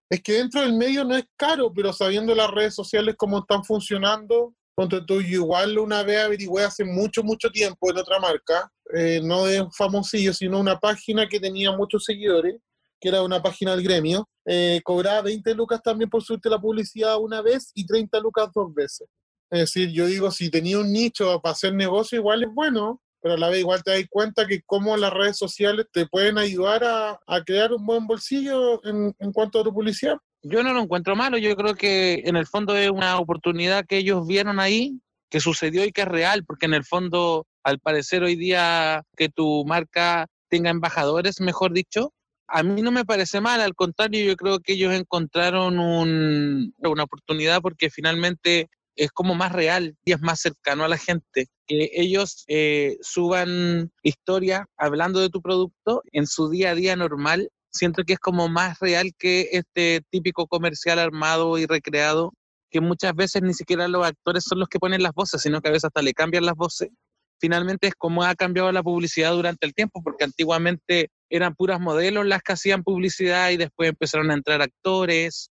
Es que dentro del medio no es caro, pero sabiendo las redes sociales cómo están funcionando, ponte tú, yo igual una vez averigüé hace mucho, mucho tiempo en otra marca, eh, no de un famosillo, sino una página que tenía muchos seguidores, que era una página del gremio, eh, cobraba 20 lucas también por subirte la publicidad una vez y 30 lucas dos veces. Es decir, yo digo, si tenía un nicho para hacer negocio, igual es bueno, pero a la vez igual te das cuenta que cómo las redes sociales te pueden ayudar a, a crear un buen bolsillo en, en cuanto a tu publicidad. Yo no lo encuentro malo, yo creo que en el fondo es una oportunidad que ellos vieron ahí, que sucedió y que es real, porque en el fondo, al parecer hoy día que tu marca tenga embajadores, mejor dicho, a mí no me parece mal, al contrario, yo creo que ellos encontraron un- una oportunidad porque finalmente es como más real y es más cercano a la gente. Que ellos eh, suban historia hablando de tu producto en su día a día normal, siento que es como más real que este típico comercial armado y recreado que muchas veces ni siquiera los actores son los que ponen las voces, sino que a veces hasta le cambian las voces. Finalmente es como ha cambiado la publicidad durante el tiempo, porque antiguamente eran puras modelos las que hacían publicidad y después empezaron a entrar actores,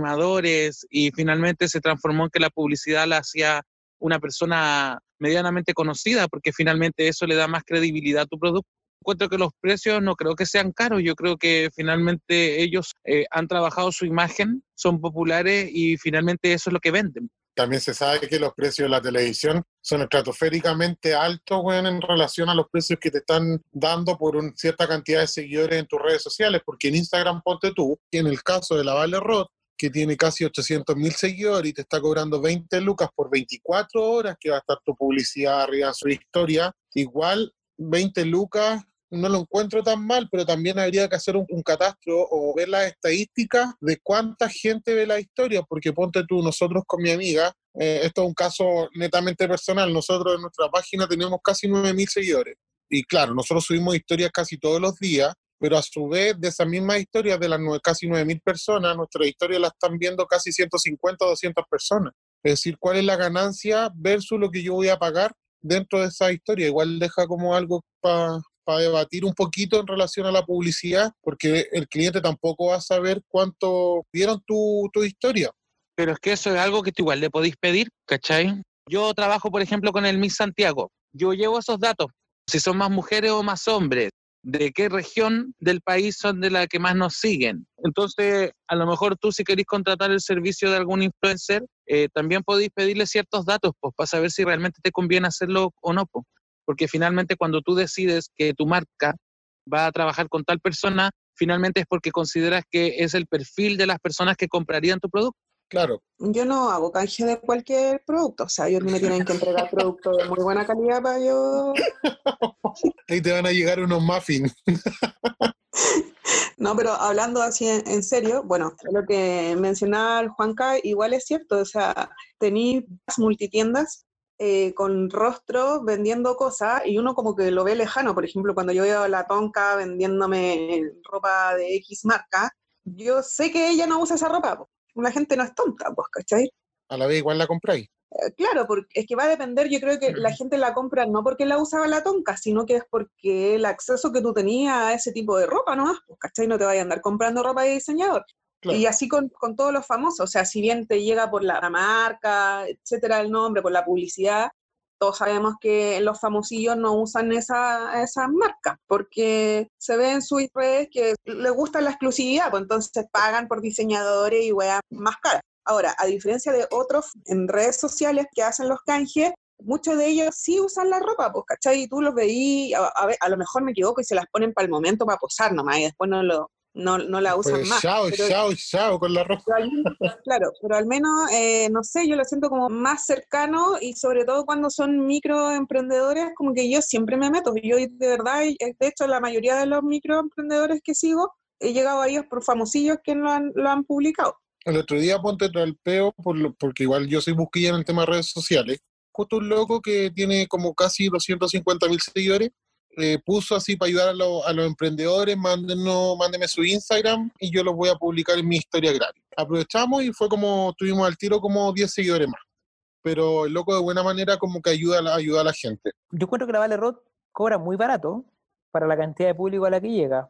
animadores y finalmente se transformó en que la publicidad la hacía una persona medianamente conocida, porque finalmente eso le da más credibilidad a tu producto. Encuentro que los precios no creo que sean caros, yo creo que finalmente ellos eh, han trabajado su imagen, son populares y finalmente eso es lo que venden. También se sabe que los precios de la televisión son estratosféricamente altos, weón, en relación a los precios que te están dando por una cierta cantidad de seguidores en tus redes sociales, porque en Instagram ponte tú, y en el caso de la Vale Roth, que tiene casi 800 mil seguidores y te está cobrando 20 lucas por 24 horas que va a estar tu publicidad arriba en su historia, igual 20 lucas no lo encuentro tan mal, pero también habría que hacer un, un catastro o ver las estadísticas de cuánta gente ve la historia, porque ponte tú, nosotros con mi amiga, eh, esto es un caso netamente personal, nosotros en nuestra página tenemos casi 9.000 seguidores. Y claro, nosotros subimos historias casi todos los días, pero a su vez de esas mismas historias de las nue- casi 9.000 personas, nuestras historias las están viendo casi 150 o 200 personas. Es decir, cuál es la ganancia versus lo que yo voy a pagar dentro de esa historia. Igual deja como algo para debatir un poquito en relación a la publicidad, porque el cliente tampoco va a saber cuánto vieron tu, tu historia. Pero es que eso es algo que tú igual le podéis pedir, ¿cachai? Yo trabajo, por ejemplo, con el Miss Santiago. Yo llevo esos datos, si son más mujeres o más hombres, de qué región del país son de la que más nos siguen. Entonces, a lo mejor tú si queréis contratar el servicio de algún influencer, eh, también podéis pedirle ciertos datos, pues, para saber si realmente te conviene hacerlo o no, pues. Porque finalmente cuando tú decides que tu marca va a trabajar con tal persona, finalmente es porque consideras que es el perfil de las personas que comprarían tu producto. Claro, Yo no hago canje de cualquier producto, o sea, ellos me tienen que entregar productos de muy buena calidad para yo... ahí te van a llegar unos muffins. No, pero hablando así en, en serio, bueno, lo que mencionaba el Juanca igual es cierto, o sea, tenéis multitiendas eh, con rostros vendiendo cosas y uno como que lo ve lejano, por ejemplo, cuando yo veo a la Tonka vendiéndome ropa de X marca, yo sé que ella no usa esa ropa, po. la gente no es tonta, pues, ¿cachai? A la vez igual la compráis. eh, Claro, porque es que va a depender, yo creo que la gente la compra no porque la usaba la tonca, sino que es porque el acceso que tú tenías a ese tipo de ropa nomás, pues, ¿cachai? No te vayas a andar comprando ropa de diseñador. Claro. Y así con, con todos los famosos, o sea, si bien te llega por la marca, etcétera, el nombre, por la publicidad, todos sabemos que los famosillos no usan esa, esas marcas, porque se ve en sus redes que les gusta la exclusividad, pues entonces pagan por diseñadores y weas más caras. Ahora, a diferencia de otros en redes sociales que hacen los canjes, muchos de ellos sí usan la ropa, pues, ¿cachai? Y tú los veí, a, a ve- a lo mejor me equivoco y se las ponen para el momento para posar nomás y después no, lo, no, no la usan Pues más. chao, pero- chao, chao con la ropa. pero al menos- claro, pero al menos, eh, no sé, yo lo siento como más cercano y sobre todo cuando son microemprendedores, como que yo siempre me meto. Yo de verdad, y, eh, de hecho, la mayoría de los microemprendedores que sigo, he llegado a ellos por famosillos que lo han, lo han publicado. El otro día ponte tú al peo, por lo- porque igual yo soy busquilla en el tema de redes sociales. Justo un loco que tiene como casi 250 mil seguidores, eh, puso así para ayudar a, los- a los emprendedores, mándenos, mándeme su Instagram y yo los voy a publicar en mi historia gratis. Aprovechamos y fue como, tuvimos al tiro como 10 seguidores más. Pero el loco de buena manera como que ayuda, a la- ayuda a la gente. Yo encuentro que la Vale Roth cobra muy barato para la cantidad de público a la que llega.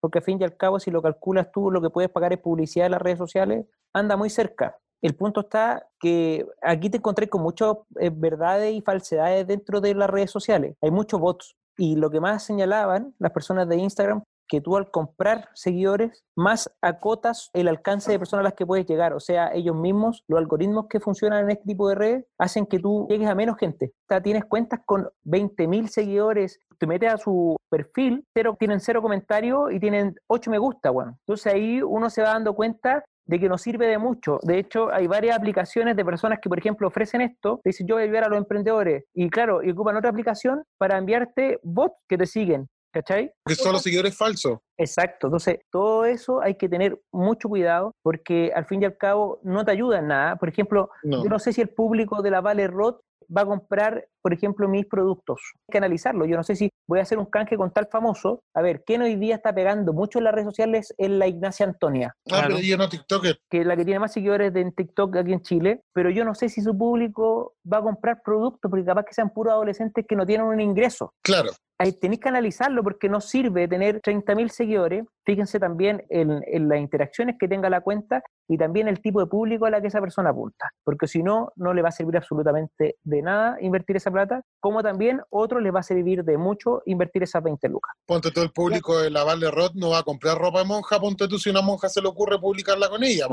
Porque al fin y al cabo, si lo calculas tú, lo que puedes pagar es publicidad en las redes sociales, anda muy cerca. El punto está que aquí te encontré con muchas eh, verdades y falsedades dentro de las redes sociales. Hay muchos bots. Y lo que más señalaban las personas de Instagram, que tú al comprar seguidores, más acotas el alcance de personas a las que puedes llegar. O sea, ellos mismos, los algoritmos que funcionan en este tipo de redes, hacen que tú llegues a menos gente. O sea, tienes cuentas con 20.000 seguidores, te metes a su perfil, cero, tienen cero comentarios y tienen 8 me gusta, weón. Entonces ahí uno se va dando cuenta de que no sirve de mucho. De hecho, hay varias aplicaciones de personas que, por ejemplo, ofrecen esto, te dicen yo voy a ayudar a los emprendedores, y claro, y ocupan otra aplicación para enviarte bots que te siguen. ¿Cachai? que son los seguidores falsos. Exacto, entonces todo eso hay que tener mucho cuidado porque al fin y al cabo no te ayuda en nada. Por ejemplo, No. yo no sé si el público de la Vale Rot va a comprar, por ejemplo, mis productos. Hay que analizarlo. Yo no sé si voy a hacer un canje con tal famoso. A ver, ¿quién hoy día está pegando mucho en las redes sociales? Es la Ignacia Antonia, Ah, Claro. pero ella no TikToker. que es la que tiene más seguidores de- en TikTok aquí en Chile. Pero yo no sé si su público va a comprar productos porque capaz que sean puros adolescentes que no tienen un ingreso Claro. ahí tenéis que analizarlo porque no sirve tener 30.000 seguidores. Fíjense también en, en las interacciones que tenga la cuenta y también el tipo de público a la que esa persona apunta. Porque si no, no le va a servir absolutamente de nada invertir esa plata, como también otro les va a servir de mucho invertir esas 20 lucas. Ponte todo el público de la Vale Rod no va a comprar ropa de monja. Ponte tú si una monja se le ocurre publicarla con ella.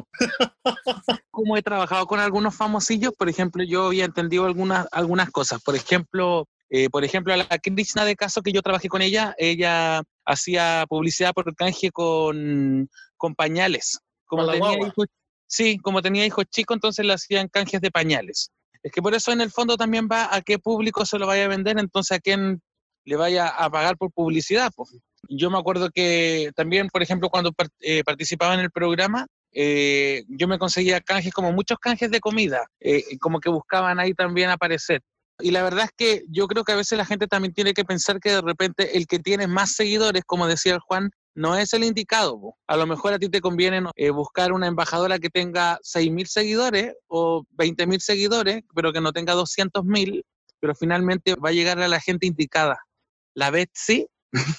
como he trabajado con algunos famosillos, por ejemplo, yo había entendido algunas, algunas cosas. Por ejemplo, eh, por ejemplo, a la Krishna de caso que yo trabajé con ella, ella hacía publicidad por canje con, con pañales. Como Con la tenía guagua. hijos, sí, como tenía hijos chicos, entonces le hacían canjes de pañales. Es que por eso en el fondo también va a qué público se lo vaya a vender, entonces a quién le vaya a pagar por publicidad. po. Yo me acuerdo que también, por ejemplo, cuando par- eh, participaba en el programa, eh, yo me conseguía canjes, como muchos canjes de comida, eh, como que buscaban ahí también aparecer. Y la verdad es que yo creo que a veces la gente también tiene que pensar que de repente el que tiene más seguidores, como decía el Juan, no es el indicado. po. A lo mejor a ti te conviene no, eh, buscar una embajadora que tenga 6.000 seguidores o 20.000 seguidores, pero que no tenga 200.000, pero finalmente va a llegar a la gente indicada. La Betsy, *laughs*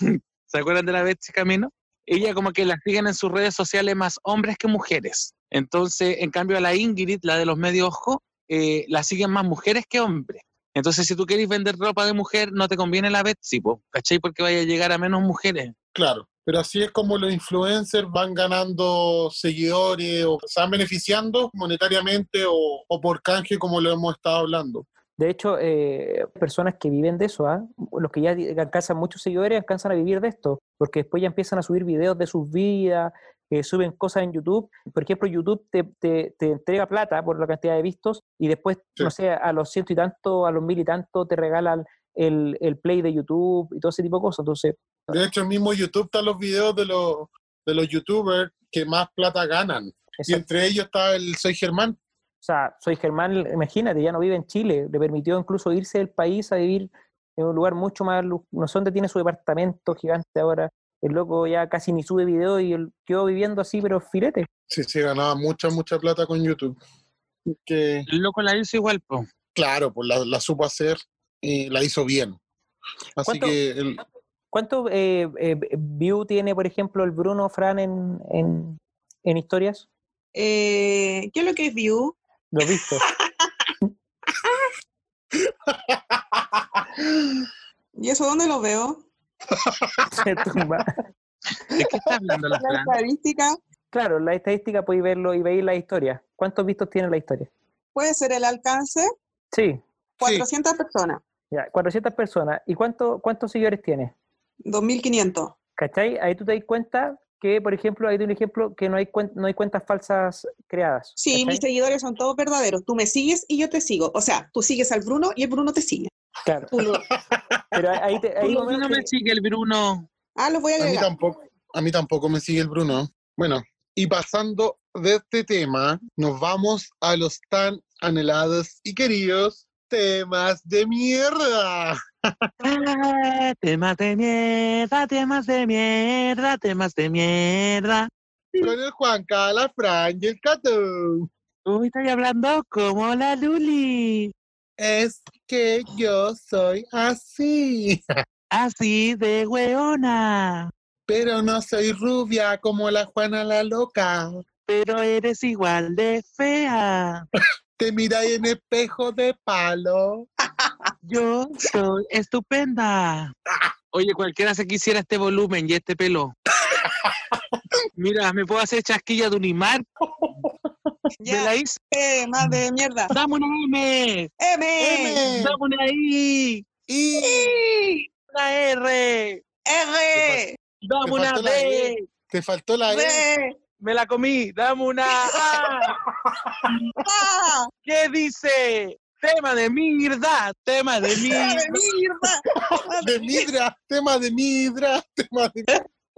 ¿se acuerdan de la Betsy Camino? ella como que la siguen en sus redes sociales más hombres que mujeres. Entonces, en cambio, a la Ingrid, la de los medios ojos, eh, la siguen más mujeres que hombres. Entonces, si tú quieres vender ropa de mujer, no te conviene la Betsy, po, ¿cachai? Porque vaya a llegar a menos mujeres. Claro. Pero así es como los influencers van ganando seguidores o se van beneficiando monetariamente o, o por canje, como lo hemos estado hablando. De hecho, eh, personas que viven de eso, ¿ah? los que ya di- alcanzan muchos seguidores, alcanzan a vivir de esto, porque después ya empiezan a subir videos de sus vidas, eh, suben cosas en YouTube. Por ejemplo, YouTube te, te- te entrega plata por la cantidad de vistos y después, Sí. no sé, a los ciento y tanto, a los mil y tanto, te regalan el, el play de YouTube y todo ese tipo de cosas. Entonces, De hecho, el mismo YouTube están los videos de los, de los youtubers que más plata ganan. Y exacto. entre ellos está el Soy Germán. o sea, soy Germán, imagínate, ya no vive en Chile, le permitió incluso irse del país a vivir en un lugar mucho más, lu- no sé dónde tiene su departamento gigante ahora, el loco ya casi ni sube video y él quedó viviendo así, pero filete. Sí, sí, ganaba mucha, mucha plata con YouTube. Que, El loco la hizo igual, po. claro, pues la, la supo hacer y la hizo bien. Así ¿Cuánto- que el- ¿Cuánto eh, eh, view tiene, por ejemplo, el Bruno Fran en, en, en historias? Eh, ¿Qué es lo que es View? Los vistos. ¿Y eso dónde lo veo? *laughs* Se tumba. ¿De qué está hablando *laughs* la La Fran? estadística Claro, la estadística podéis verlo y veis la historia. ¿Cuántos vistos tiene la historia? puede ser el alcance Sí, 400 personas, ya, 400 personas. ¿Y cuánto, cuántos seguidores tiene? 2500. ¿Cachai? Ahí tú te das cuenta que, por ejemplo, ahí doy un ejemplo que no hay, cuen- no hay cuentas falsas creadas. Sí, mis ¿cachai? seguidores son todos verdaderos. Tú me sigues y yo te sigo. O sea, tú sigues al Bruno y el Bruno te sigue. Claro. Tú lo- Pero ahí- ahí te- ahí Bruno, más o menos no me te- sigue el Bruno. Ah, los voy a a, mí agregar. tampoco, a mí tampoco me sigue el Bruno. Bueno, y pasando de este tema, nos vamos a los tan anhelados y queridos temas de mierda. Ah, *laughs* temas de mierda, temas de mierda, temas de mierda. Con el Juan Cala, Fran y el Cato. Uy, estoy hablando como la Luli. Es que yo soy así, *laughs* Así de hueona. pero no soy rubia como la Juana la loca. pero eres igual de fea. Te miráis en espejo de palo. Yo soy estupenda. Oye, cualquiera se quisiera este volumen y este pelo. Mira, me puedo hacer chasquilla de Unimar. ¿Me Ya, la hice? eh, más de mierda. ¡Dame una M! Eh, M, M, ¡Dame una I! I, ¡Una R! R, ¡Dame Te una faltó la D! Te faltó la E. R, ¡Me la comí! ¡Dame una A! A, ¿Qué dice? Tema de mierda, tema de mierda. De Midra, tema de Midra, tema de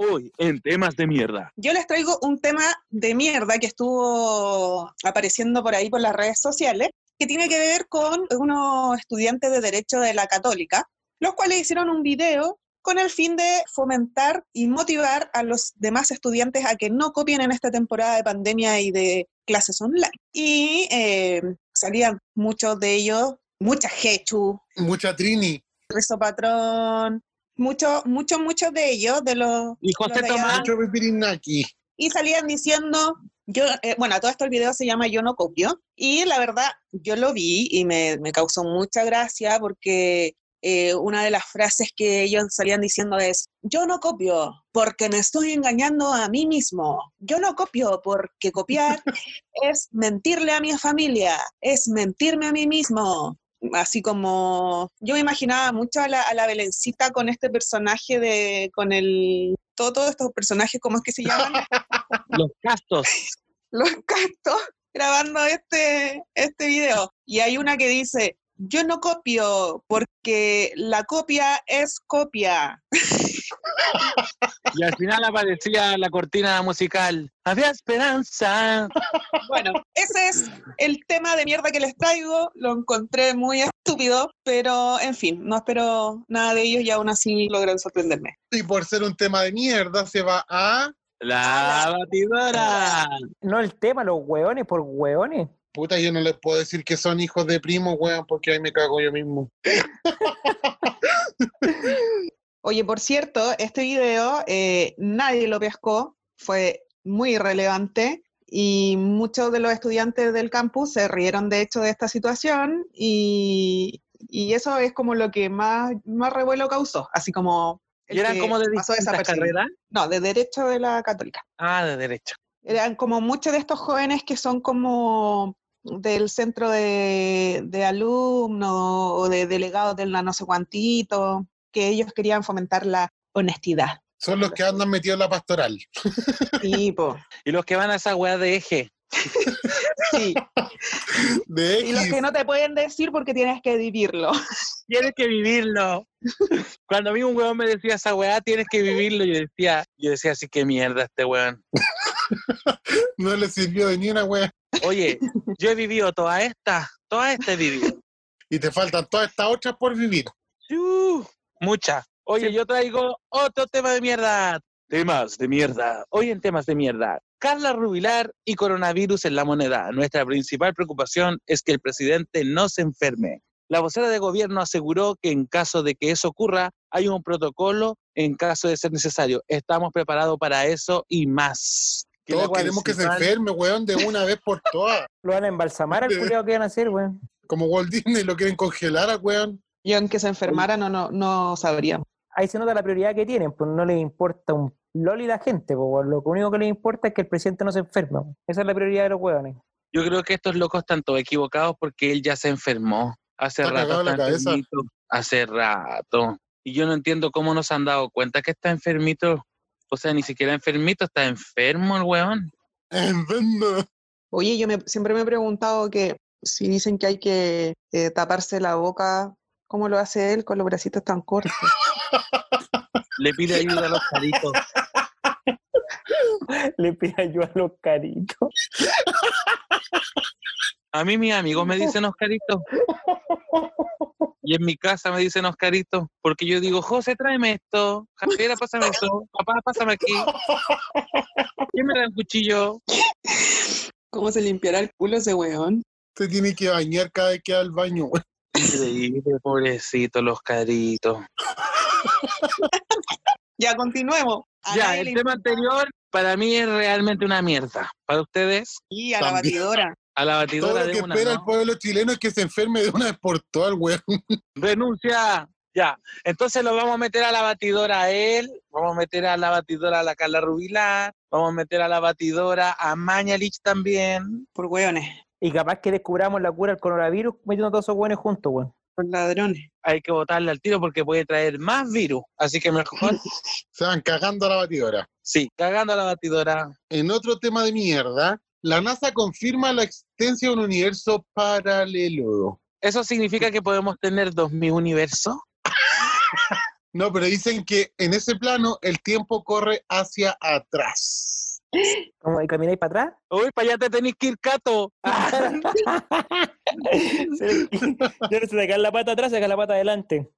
Hoy, en temas de mierda. Yo les traigo un tema de mierda que estuvo apareciendo por ahí por las redes sociales, que tiene que ver con unos estudiantes de Derecho de la Católica, los cuales hicieron un video con el fin de fomentar y motivar a los demás estudiantes a que no copien en esta temporada de pandemia y de clases online. Y eh, salían muchos de ellos, mucha E Hechu, Mucha Trini. Rizo Patrón, muchos, muchos, muchos de ellos, de los Y José Los de Tomás, allá. Mucho Pipirinaki. y salían diciendo, yo, eh, bueno, a todo esto el video se llama Yo no copio, y la verdad, yo lo vi y me, me causó mucha gracia porque eh, una de las frases que ellos salían diciendo es, yo no copio porque me estoy engañando a mí mismo, yo no copio porque copiar es mentirle a mi familia, es mentirme a mí mismo. Así como yo me imaginaba mucho a la, a la Belencita con este personaje de, con el, todo- todos estos personajes, ¿cómo es que se llaman? los castos. los castos *laughs* grabando este, este video. Y hay una que dice, yo no copio porque la copia es copia. Y al final aparecía la cortina musical. Había esperanza. Bueno, ese es el tema de mierda que les traigo. Lo encontré muy *laughs* estúpido, pero en fin, no espero nada de ellos y aún así logran sorprenderme. Y por ser un tema de mierda, se va a. La batidora. No el tema, los hueones por hueones. Puta, yo no les puedo decir que son hijos de primo, weón, porque ahí me cago yo mismo. Oye, por cierto, este video eh, nadie lo pescó, fue muy irrelevante y muchos de los estudiantes del campus se rieron de hecho de esta situación y, y eso es como lo que más, más revuelo causó, así como... el Y eran que como de pasó distintas desapercibido. carreras. No, de Derecho de la Católica. Ah, de derecho. Eran como muchos de estos jóvenes que son como del centro de, de alumnos o de delegados del no sé cuantito, que ellos querían fomentar la honestidad. Son los que andan metidos en la pastoral. Tipo, Y los que van a esa weá de eje. *laughs* sí. De Y los X. que no te pueden decir porque tienes que vivirlo. *laughs* Tienes que vivirlo. Cuando a mí un weón me decía esa weá, tienes que vivirlo. Yo decía, yo decía así que mierda este weón. No les sirvió de ni una, weón. Oye, yo he vivido toda esta, toda esta he vivido. Y te faltan todas estas otras por vivir. Yu, Mucha. Oye, yo traigo otro tema de mierda. Temas de mierda. Hoy en temas de mierda. Carla Rubilar y coronavirus en la moneda. Nuestra principal preocupación es que el presidente no se enferme. La vocera de gobierno aseguró que en caso de que eso ocurra, hay un protocolo en caso de ser necesario. Estamos preparados para eso y más. Que la Todos queremos que se principal- enferme, weón, de una vez por todas. Lo van a embalsamar al culiao que van a hacer, weón. Como Walt Disney lo quieren congelar a weón. Y aunque se enfermara, no, no, no sabríamos. Ahí se nota la prioridad que tienen, pues no les importa un loli la gente, pues weón. lo único que les importa es que el presidente no se enferme. weón. Esa es la prioridad de los hueones. Yo creo que estos locos están todos equivocados porque él ya se enfermó. Hace Está rato. cagado la está cabeza. enfermito, Hace rato. Y yo no entiendo cómo nos han dado cuenta que está enfermito. O sea, ni siquiera enfermito, está enfermo el weón. Enfermo. Oye, yo me- siempre me he preguntado que si dicen que hay que eh, taparse la boca, ¿cómo lo hace él con los bracitos tan cortos? Le pide ayuda a los caritos. Le pida yo a los caritos. A mí mis amigos me dicen Oscarito. Y en mi casa me dicen Oscarito. Porque yo digo, José, tráeme esto. Javiera, pásame esto. Papá, pásame aquí. ¿Quién me da un cuchillo? *laughs* ¿Cómo se limpiará el culo ese weón? Se tiene que bañar cada vez que va al baño, weón. Increíble, pobrecito, los caritos. Ya, continuemos. A Ya, nadie el le tema anterior para mí es realmente una mierda. Para ustedes, importa, a la también. batidora. a la Todo batidora lo que de una. espera el ¿no? pueblo chileno es que se enferme de una vez por todas, weón. ¡Renuncia! Ya. Entonces lo vamos a meter a la batidora a él, vamos a meter a la batidora a la Carla Rubilar, vamos a meter a la batidora a Mañalich también. Por weones, Y capaz que descubramos la cura al coronavirus metiendo a todos esos hueones juntos, weón. por *laughs* ladrones. Hay que botarle al tiro porque puede traer más virus. Así que *laughs* mejor, *laughs* Se van cagando a la batidora. sí, cagando a la batidora. En otro tema de mierda, la NASA confirma la existencia de un universo paralelo. ¿Eso significa que podemos tener dos mil universos? No, pero dicen que en ese plano el tiempo corre hacia atrás. Como ahí camináis para atrás. Uy, para allá te tenéis que ir, Cato. *laughs* Se- Yo no sé, sacar la pata atrás, sacar la pata adelante.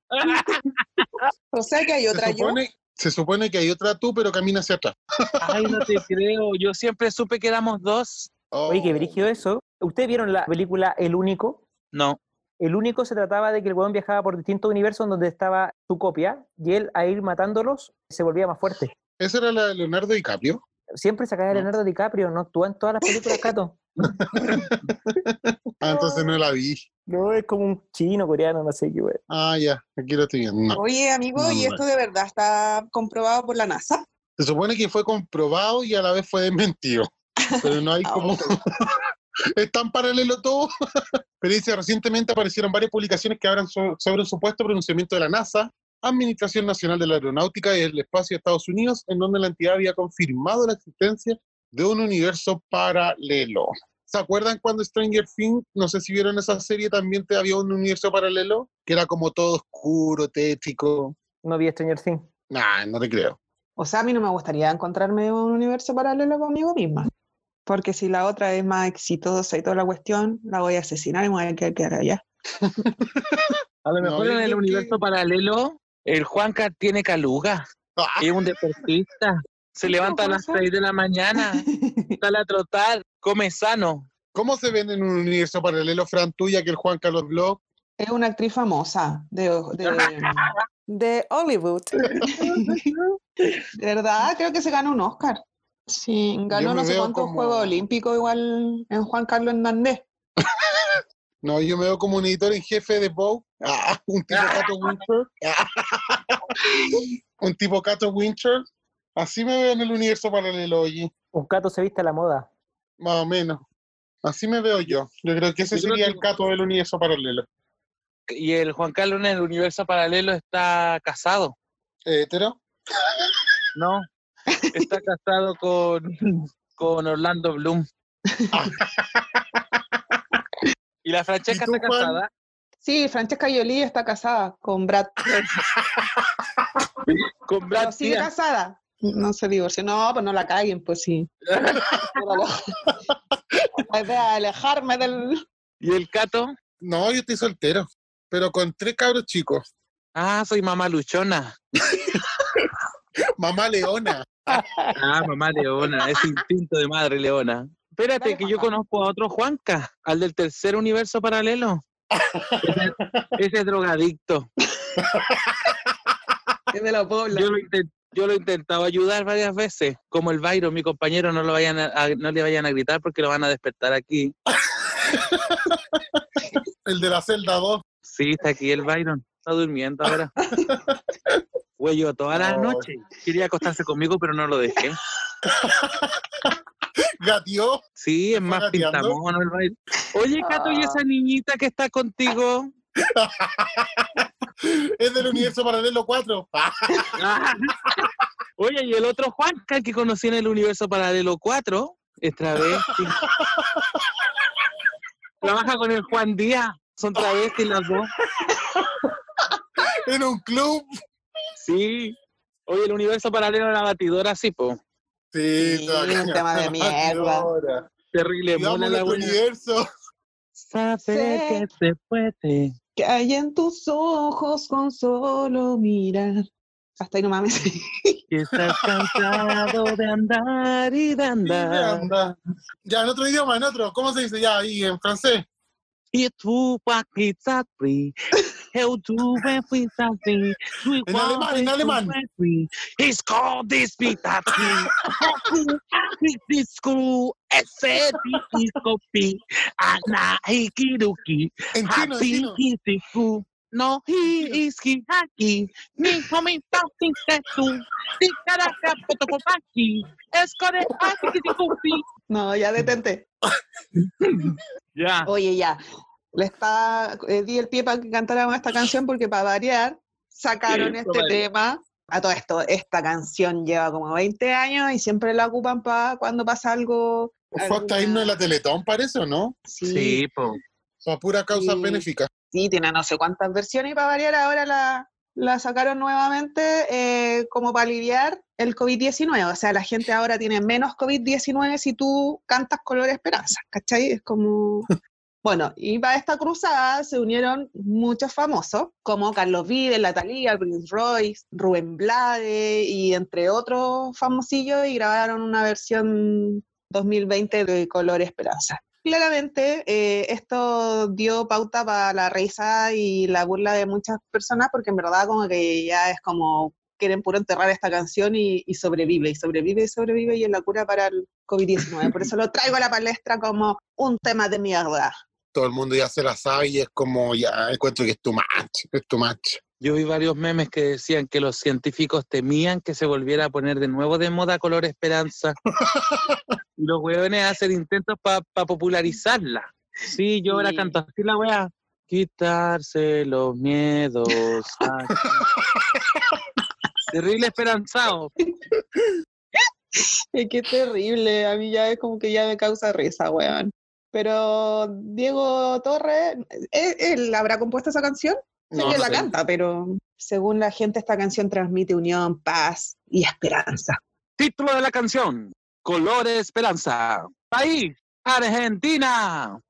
O sea que hay otra Se yo. supone, se supone que hay otra tú, pero camina hacia atrás. Ay, no *laughs* te creo. Yo siempre supe que éramos dos. Oye, qué Oh. brígido eso. ¿Ustedes vieron la película El Único? No. El Único se trataba de que el huevón viajaba por distintos universos donde estaba su copia y él a ir matándolos se volvía más fuerte. ¿Esa era la de Leonardo DiCaprio? Siempre sacaba a No. Leonardo DiCaprio, no actúa en todas las películas, Cato. Ah, entonces no la vi. No, es como un chino, coreano, no sé qué, güey. Ah, ya, aquí la estoy viendo. No. Oye, amigo, ¿y Mamá. esto de verdad está comprobado por la NASA? Se supone que fue comprobado y a la vez fue desmentido. Pero no hay Ah, como. *laughs* es tan paralelo todo. *laughs* Pero dice: recientemente aparecieron varias publicaciones que hablan so- sobre un supuesto pronunciamiento de la NASA, Administración Nacional de la Aeronáutica y el Espacio de Estados Unidos, en donde la entidad había confirmado la existencia de un universo paralelo. ¿Se acuerdan cuando Stranger Things, no sé si vieron esa serie, también te- había un universo paralelo? Que era como todo oscuro, tétrico. No vi Stranger Things. Nah, no te creo. *laughs* O sea, a mí no me gustaría encontrarme en un universo paralelo conmigo misma. Porque si la otra es más exitosa y toda la cuestión, la voy a asesinar y me voy a quedar- quedar allá. A lo No, mejor yo en el creo universo que- paralelo, el Juanca tiene caluga. Ah, Es un deportista. Se Sí, levanta a ¿cómo las sabe? 6 de la mañana, sale a trotar, come sano. ¿Cómo se ven en un universo paralelo, Fran, tuya que el Juan Carlos Blog? Es una actriz famosa de, de, De *laughs* Hollywood. de verdad, creo que se ganó un Oscar. Sí, ganó me no sé veo cuántos como- Juegos Olímpicos igual en Juan Carlos Hernández. No, yo me veo como un editor en jefe de Vogue. *laughs* Ah, un tipo *laughs* Cato Winter. *laughs* un tipo Cato Winter. Así me veo en el universo paralelo, oye. Un Cato se viste a la moda. Más o menos. Así me veo yo. Yo creo que ese Yo creo sería que- el Cato del universo paralelo. Y el Juan Carlos en el universo paralelo está casado, Eh, ¿Hetero? ¿no? Está casado con, con Orlando Bloom. Y la Francesca ¿Y tú, está Juan? casada. Sí, Francesca Jolie está casada con Brad, Con Ah, Brad pero sigue Pitt. casada. No se divorció. No, pues no la caguen, pues sí. *laughs* Voy a alejarme del... Y el Cato, No, yo estoy soltero. Pero con tres cabros chicos. ah, soy mamá luchona. Mamá Leona. Ah, mamá leona, es instinto de madre leona. Espérate, Dale, que yo Juanca. conozco a otro Juanca, al del tercer universo paralelo. Ese, ese es drogadicto. de la pobla. Yo lo, inten- yo lo he intentado ayudar varias veces, como el Byron, mi compañero, no, lo vayan a- a- no le vayan a gritar porque lo van a despertar aquí. El de la celda 2. Sí, está aquí el Byron, está durmiendo *laughs* ahora. Huello todas las Ay. noches. Quería acostarse conmigo, pero no lo dejé. Gatió. Sí, es fue más gateando? pintamono el Byron. Oye, Cato, ¿y esa niñita que está contigo? Es del universo paralelo 4. *laughs* Oye, y el otro Juanca que conocí en el universo paralelo 4, es *laughs* travesti. Trabaja con el Juan Díaz, son travestis las dos. *laughs* en un club. Sí. Oye, el universo paralelo de la batidora, sí, po. Sí, Sí, está un cañón. tema *laughs* de mierda. Ahora. Terrible, Vivamos mona la nuestro buena. *laughs* universo. Saber que se puede. Que hay en tus ojos con solo mirar. Hasta ahí no mames. Que estás cansado de andar *laughs* y de andar. Anda. Ya, en otro idioma, en otro. ¿Cómo se dice ya ahí en francés? Y tú, papi, tatri. Eu tuve fui tatri. Tu En igual alemán, en fui alemán. tatri. It's called this be tatri. Aku, aku, this crew. Ese disco pi. Ana, hikiruki. En chino, en Happy, chino. hisiku. No, he is he haki. Ni homi tauti tetu. Ni karaka potopopaki. Es kore aki kikupi. No, ya detente. Ya. Oye, ya. Le está, eh, di el pie para que cantáramos esta canción porque para variar sacaron Sí, este para variar. tema. A todo esto, esta canción lleva como 20 años y siempre la ocupan para cuando pasa algo. Fue hasta alguna- irnos de la Teletón, parece, ¿o no? Sí, Sí, po. Como pura causa Sí. benéfica. Sí, tiene no sé cuántas versiones y para variar ahora la, la sacaron nuevamente eh, como para aliviar el COVID-19. O sea, la gente ahora tiene menos COVID-19 si tú cantas Color Esperanza, ¿cachai? Es como... Bueno, y para esta cruzada se unieron muchos famosos, como Carlos Vives, la Thalía, Prince Royce, Rubén Blade y entre otros famosillos, y grabaron una versión 2020 de Color Esperanza. Claramente, eh, esto dio pauta para la risa y la burla de muchas personas, porque en verdad como que ya es como quieren puro enterrar esta canción y, y sobrevive, y sobrevive, y sobrevive, y es la cura para el COVID-19. Por eso lo traigo a la palestra como un tema de mierda. Todo el mundo ya se la sabe y es como, ya encuentro que es too much, es too much. Yo vi varios memes que decían que los científicos temían que se volviera a poner de nuevo de moda color esperanza. Y los hueones hacen intentos para popularizarla. Sí, yo ahora Sí. canto así la wea. Quitarse los miedos. ay. Terrible esperanzado. *laughs* Es que terrible, a mí ya es como que ya me causa risa, weón. Pero Diego Torres, ¿él, él habrá compuesto esa canción? Sé No, que no la sé. canta, pero según la gente esta canción transmite unión, paz y esperanza. Título de la canción. Color esperanza. País. Argentina.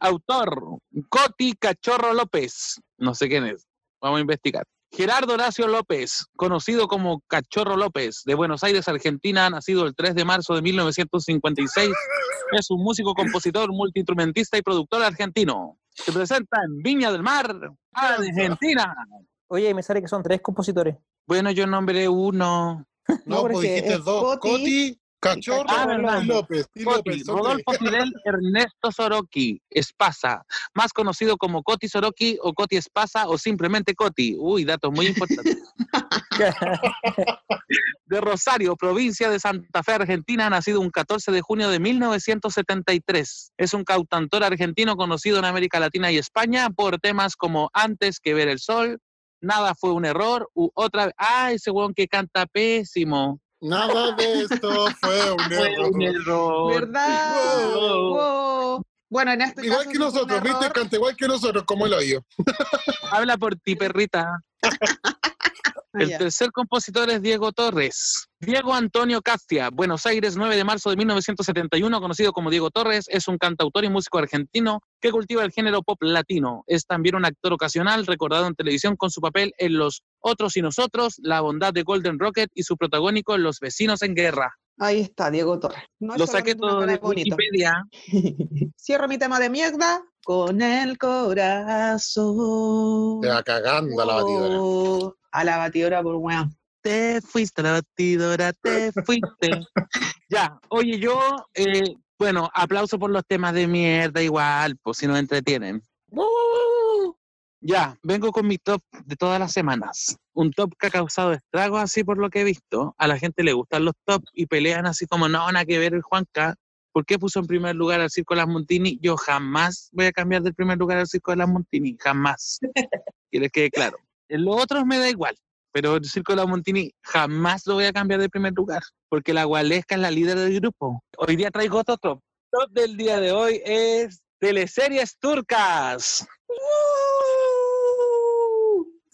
Autor, Coti Cachorro López. No sé quién es. Vamos a investigar. Gerardo Horacio López, conocido como Cachorro López, de Buenos Aires, Argentina, nacido el 3 de marzo de 1956. Es un músico, compositor, multiinstrumentista y productor argentino. Se presenta en Viña del Mar, Argentina. Oye, y me sale que son tres compositores. Bueno, yo nombré uno. No, No, porque pues dijiste es dos. Coti, Coti, Cachorro Ah, verdad. y López. Y Coti, López, son Rodolfo *laughs* Fidel Ernesto Soroki Espasa, más conocido como Coti Soroki o Coti Espasa o simplemente Coti. Uy, datos muy importantes. de Rosario, provincia de Santa Fe, Argentina, nacido un 14 de junio de 1973. Es un cantautor argentino conocido en América Latina y España por temas como Antes que ver el sol, Nada fue un error, u otra vez. ¡Ah, ese weón que canta pésimo! tres. Nada de esto fue un Fue un error. error. ¿Verdad? Wow. Wow. Bueno, en este Igual caso que sí fue un nosotros, viste, error. canta igual que nosotros, como el hoyo. Habla por ti, perrita. Ah, El ya. tercer compositor es Diego Torres. Diego Antonio Castia, Buenos Aires, 9 de marzo de 1971, conocido como Diego Torres, es un cantautor y músico argentino que cultiva el género pop latino. Es también un actor ocasional recordado en televisión con su papel en Los Otros y Nosotros, La Bondad de Golden Rocket y su protagónico en Los Vecinos en Guerra. Ahí está, Diego Torres. No Lo solamente saqué un todo error, de Ah, es bonito. Wikipedia. *laughs* Cierro mi tema de mierda con el corazón. Te va cagando a la batidora. Oh, a la batidora por weón. Te fuiste a la batidora, te fuiste. ya, oye, yo, eh, bueno, aplauso por los temas de mierda igual, pues si nos entretienen. Ya, vengo con mi top de todas las semanas. Un top que ha causado estragos así por lo que he visto. A la gente le gustan los top y pelean así como, no, nada que ver el Juanca. ¿Por qué puso en primer lugar al Circo de las Montini? Yo jamás voy a cambiar del primer lugar al Circo de las Montini, jamás. que les quede claro. En los otros me da igual, pero el Circo de las Montini jamás lo voy a cambiar del primer lugar, porque la Gualesca es la líder del grupo. Hoy día traigo otro top. Top del día de hoy es teleseries turcas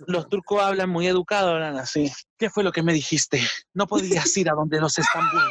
los turcos hablan muy educado, hablan así. ¿Qué fue lo que me dijiste? No podías ir a donde los Estambul.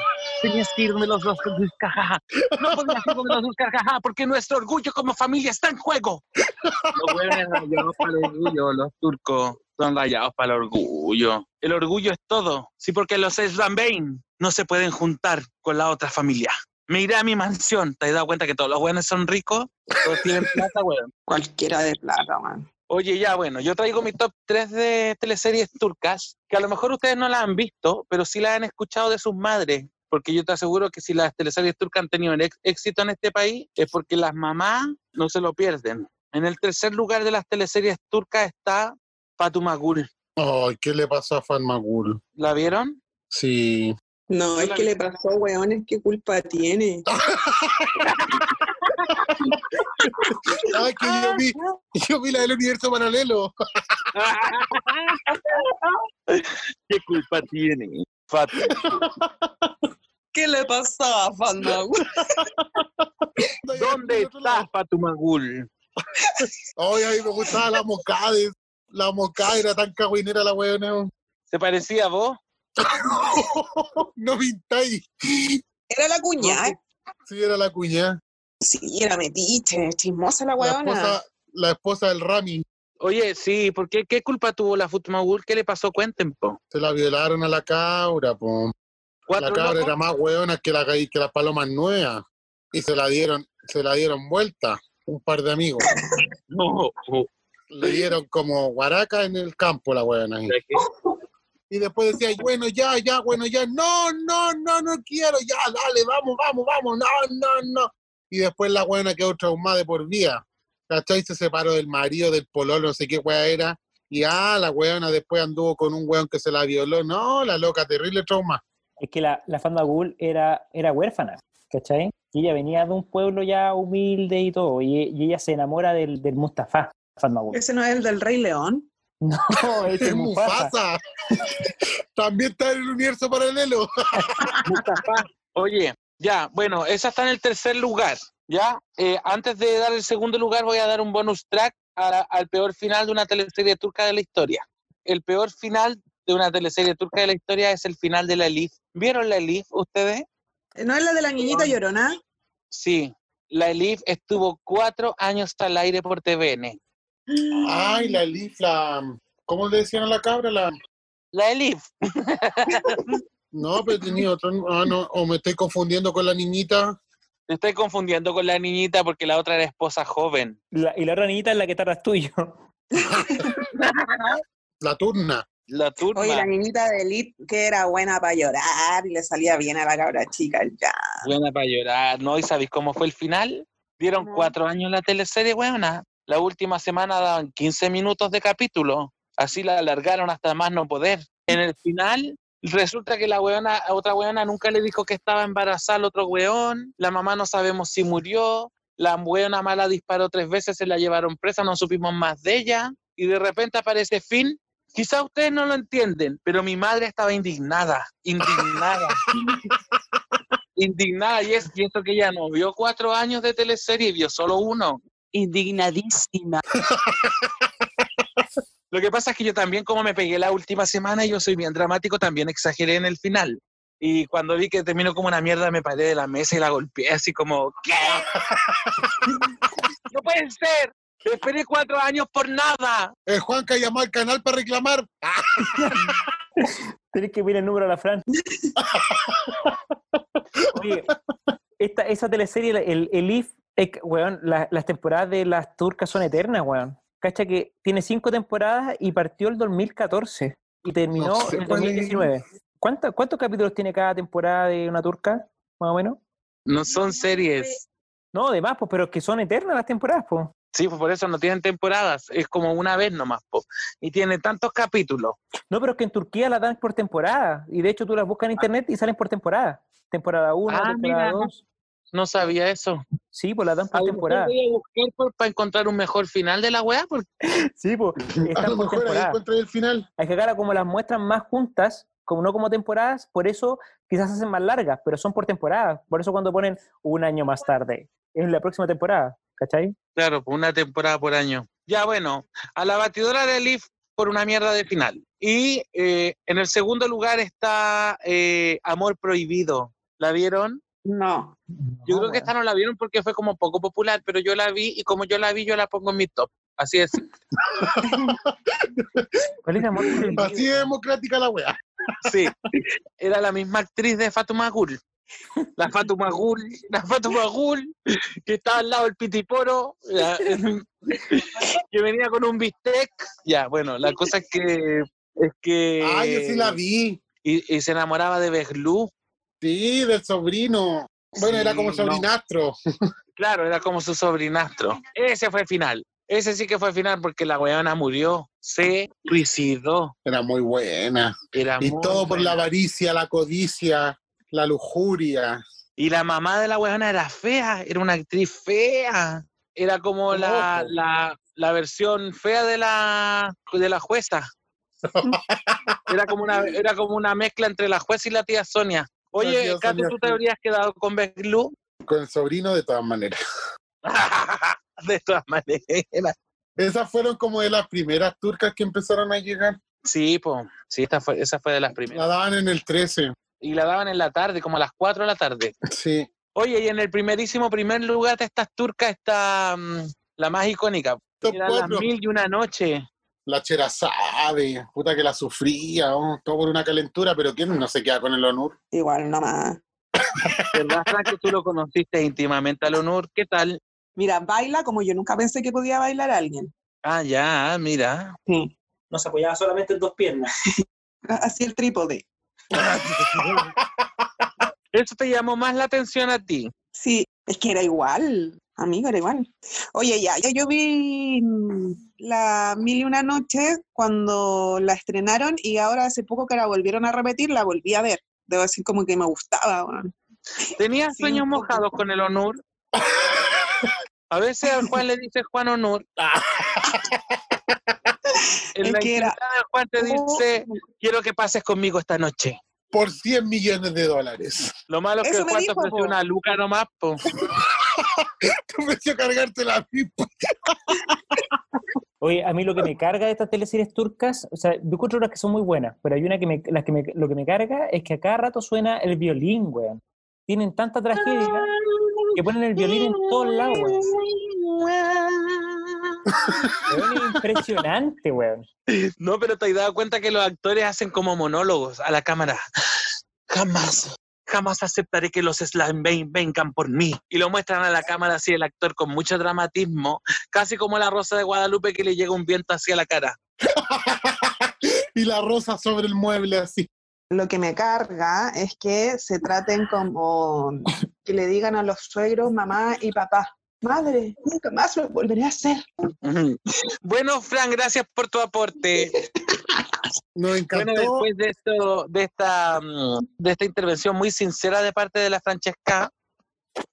Tenías que irme los dos jajaja. No podías ir donde los dos jajaja, porque nuestro orgullo como familia está en juego. Los hueones rayados para el orgullo, los turcos son rayados para el orgullo. El orgullo es todo. Sí, porque los Islambein no se pueden juntar con la otra familia. Me iré a mi mansión. ¿Te has dado cuenta que todos los hueones son ricos? Todos tienen plata, hueón. Cualquiera de plata, man. Oye, ya, bueno, yo traigo mi top 3 de teleseries turcas, que a lo mejor ustedes no las han visto, pero sí las han escuchado de sus madres, porque yo te aseguro que si las teleseries turcas han tenido el ex- éxito en este país, es porque las mamás no se lo pierden. En el tercer lugar de las teleseries turcas está Patumagul. Ay, ¿qué le pasó a Fan Magul? ¿La vieron? Sí. No, es que le pasó, weón, es que culpa tiene. Ay, que yo vi, yo vi la del universo *laughs* paralelo. *laughs* ¿Qué culpa tiene? Fatumagul. ¿Qué le pasaba a Fandango? ¿Dónde está Fatumagul? Ay, a mí me gustaba la mocade. La mocade era tan cagüinera la weona. *laughs* ¿Se parecía a vos? no pintáis. Era la cuñada. Sí, era la cuñada. Sí, era metiche, chismosa la La huevona. esposa, la esposa del Rami. Oye, sí, ¿por qué, qué culpa tuvo la Fatumagul? ¿Qué le pasó? Cuenten, po. Se la violaron a la cabra, po. La ¿Cuatro cabra locos? era más weona que la que las palomas nuevas. Y se la dieron, se la dieron vuelta, un par de amigos. No. Le dieron como guaraca en el campo la weona. ahí. Y después decía, bueno, ya, ya, bueno, ya, no, no, no, no quiero, ya, dale, vamos, vamos, vamos, no, no, no. Y después la buena quedó traumada de por vida. ¿Cachai? Se separó del marido, del pololo, no sé qué weá era. Y ah, la weona después anduvo con un weón que se la violó. No, la loca, terrible trauma. Es que la, la Fanda Gul era, era huérfana, ¿cachai? Y ella venía de un pueblo ya humilde y todo, y, y ella se enamora del, del Mustafa, Fanda Gul. Ese no es el del Rey León. *laughs* No, es *laughs* ¡Es el Mufasa. Mufasa! *laughs* También está en el universo paralelo. Mustafa. Oye, ya, bueno, esa está en el tercer lugar, ¿ya? Eh, antes de dar el segundo lugar, voy a dar un bonus track a- al peor final de una teleserie turca de la historia. El peor final de una teleserie turca de la historia es el final de la Elif. ¿Vieron la Elif ustedes? ¿No es la de la niñita llorona? Sí. La Elif estuvo cuatro años al aire por TVN. Ay, la lifla. ¿Cómo le decían a la cabra? La... La Elif. No, pero tenía otro. Ah, no, o me estoy confundiendo con la niñita. Te estoy confundiendo con la niñita porque la otra era esposa joven. La- y la otra niñita es la que tardas tú y yo. La turna. La turma. Oye, la niñita de Elite que era buena para llorar y le salía bien a la cabra chica ya. Buena para llorar, ¿no? ¿Y sabéis cómo fue el final? Dieron No. cuatro años la teleserie, buena. La última semana daban 15 minutos de capítulo. Así la alargaron hasta más no poder. En el final, resulta que la weona, a otra weona nunca le dijo que estaba embarazada al otro weón. La mamá no sabemos si murió. La weona mala disparó tres veces, se la llevaron presa, no supimos más de ella. Y de repente aparece Finn. Quizá ustedes no lo entienden, pero mi madre estaba indignada, indignada indignada y, es, y esto que ella no vio cuatro años de teleserie, vio solo uno. Indignadísima. Lo que pasa es que yo también, como me pegué la última semana, y yo soy bien dramático, también exageré en el final. Y cuando vi que terminó como una mierda, me paré de la mesa y la golpeé así como, ¿qué? no puede ser. Te esperé cuatro años por nada. El Eh, Juanca llamó al canal para reclamar. Tienes que pedir el número a la Fran. Oye, esta, esa teleserie, la- el, el IF, es que, weón, la- las temporadas de las turcas son eternas, weón. Cacha que tiene cinco temporadas y partió el 2014 y terminó No sé en el cuál es. 2019. ¿Cuánta- ¿Cuántos capítulos tiene cada temporada de una turca, más o menos? No son series. No, de más, pues, pero es que son eternas las temporadas, pues. Sí, pues por eso no tienen temporadas. Es como una vez nomás. po. Y tiene tantos capítulos. No, pero es que en Turquía las dan por temporada. Y de hecho tú las buscas en internet y salen por temporada. Temporada 1, Ah, temporada mira. Ah, 2. No sabía eso. Sí, pues las dan por A lo mejor temporada. Voy a buscar para encontrar un mejor final de la weá, porque Sí, pues *laughs* A lo están por mejor ahí pues. temporada. encontré el final. Es que acá como las muestran más juntas, como no como temporadas, por eso quizás se hacen más largas, pero son por temporada. Por eso cuando ponen un año más tarde, es la próxima temporada, ¿cachai? Claro, pues, una temporada por año. Ya bueno, a la batidora de Leaf por una mierda de final. Y eh, en el segundo lugar está eh, Amor Prohibido. ¿La vieron? No. Yo creo que esta no la vieron porque fue como poco popular, pero yo la vi y como yo la vi, yo la pongo en mi top. Así es. ¿Cuál es amor? *laughs* Así de democrática la weá. Sí. Era la misma actriz de Fatuma Gul. La Fatuma Gul, la Fatuma Gul, que estaba al lado del pitiporo, ya, *laughs* que venía con un bistec. Ya, bueno, la cosa es que. Es que Ay, Ah, yo sí la vi. Y, y se enamoraba de Beslú. Sí, del sobrino. Bueno, era como Sí, sobrinastro. Claro, era como su sobrinastro. Ese fue el final. Ese sí que fue el final porque la weona murió. Se suicidó. Era muy buena. Era Y muy todo por la buena. avaricia, la codicia, la lujuria. Y la mamá de la weona era fea, era una actriz fea. Era como la, Ojo. la, la versión fea de la, de la jueza. Era como, una, era como una mezcla entre la jueza y la tía Sonia. Oye, Gracias, Cato, Sonia. ¿tú te habrías quedado con Beclu? Con el sobrino, de todas maneras. *laughs* de todas maneras. Esas fueron como de las primeras turcas que empezaron a llegar. Sí, po. Sí, esta fue, esa fue de las La primeras. daban en el 13. Y la daban en la tarde, como a las 4 de la tarde. Sí. Oye, y en el primerísimo primer lugar de estas turcas está mm, la más icónica. Top Era las 4. mil y una noche. La Cherazabe, puta que la sufría, oh, todo por una calentura, pero ¿quién no se queda con el honor? Igual nomás. ¿Verdad, Fran, que tú lo conociste íntimamente al honor? ¿Qué tal? Mira, baila como yo nunca pensé que podía bailar alguien. Ah, ya, mira. Nos apoyaba solamente en dos piernas. Así el trípode. Eso te llamó más la atención a ti. Sí, es que era igual, amigo, era igual. Oye, ya, ya yo vi mm, la Mil y una Noche cuando la estrenaron y ahora hace poco que la volvieron a repetir, la volví a ver. Debo decir como que me gustaba. weón. Tenías Sí, sueños un poco. mojados con el honor. A veces al Juan le dice Juan *laughs* Honor. en Es la que era- intimidad de Juan te dice, Oh. quiero que pases conmigo esta noche. Por 100 millones de *laughs* dólares. Lo malo es que Eso el me Juan te dijo, ofreció po. una luca nomás, po. Te ofreció cargarte la pipa. Oye, a mí lo que me carga de estas teleseries turcas, o sea, yo encuentro unas que son muy buenas, pero hay una que me, las que me- lo que me carga es que a cada rato suena el violín, weón. Tienen tanta tragedia que ponen el violín en todos lados, weón. Weón, es impresionante, weón. No, pero te has dado cuenta que los actores hacen como monólogos a la cámara. Jamás, jamás aceptaré que los slime ven- vengan por mí. Y lo muestran a la cámara así el actor con mucho dramatismo, casi como la rosa de Guadalupe que le llega un viento hacia la cara. Y la rosa sobre el mueble así. Lo que me carga es que se traten como que le digan a los suegros, mamá y papá, madre, nunca más lo volveré a hacer. Ujú. Bueno, Fran, gracias por tu aporte. Nos Bueno, encantó. después de esto, de esta, mm, de esta intervención muy sincera de parte de la Francesca,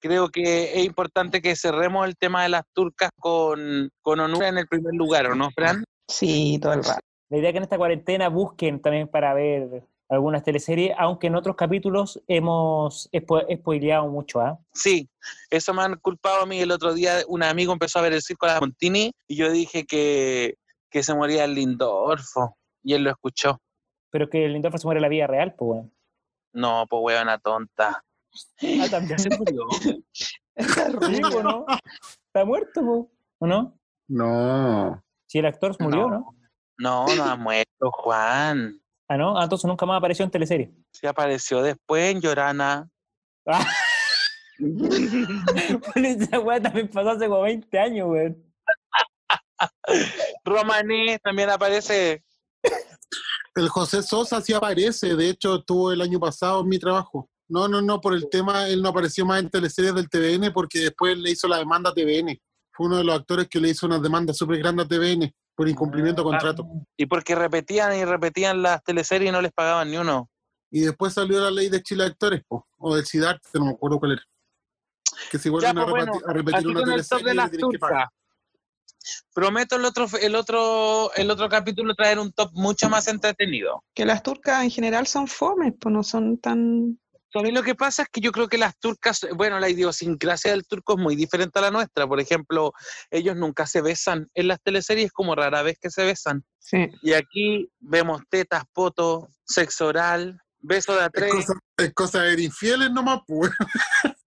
creo que es importante que cerremos el tema de las turcas con, con Onura en el primer lugar, ¿o no, Fran? Sí, todo el rato. La idea es que en esta cuarentena busquen también para ver algunas teleseries, aunque en otros capítulos hemos espo spoileado mucho, ¿ah? Sí, eso me han culpado a mí el otro día. Un amigo empezó a ver el circo de la Montini y yo dije que, que se moría el Lindorfo y él lo escuchó. Pero que el Lindorfo se muere en la vida real, pues, weón. No, pues huevona tonta. Ah, también se *laughs* murió. Está Digo, rudo. ¿no? Está muerto, po, ¿o no? No. Si el actor se murió, No. ¿no? No, no ha muerto, Juan. Ah, no, ah, entonces nunca más apareció en teleserie. *laughs* Se apareció después en Llorana. Bueno, esa weá también pasó hace como 20 años, weón. Romané también aparece. El José Sosa sí aparece, de hecho estuvo el año pasado en mi trabajo. No, no, no, por el tema, él no apareció más en teleseries del TVN porque después le hizo la demanda a TVN. Fue uno de los actores que le hizo una demanda súper grande a TVN por incumplimiento Ah, de contrato. Y porque repetían y repetían las teleseries y no les pagaban ni uno. Y después salió la ley de Chile de Actores, po, o del CIDART, no me acuerdo cuál era. Que si vuelven Ya, a, pues, repeti- bueno, a repetir Así una con el top teleserie, de le las tienen que pagar. turcas. Prometo el otro, el otro, el otro capítulo traer un top mucho más entretenido. Que las turcas Ah, en general son fomes, pues no son tan... A mí lo que pasa es que yo creo que las turcas, bueno, la idiosincrasia del turco es muy diferente a la nuestra. Por ejemplo, ellos nunca se besan. En las teleseries es como rara vez que se besan. Sí. Y aquí vemos tetas, poto, sexo oral, beso de a Es tres. cosa, es cosa de infieles nomás, pues.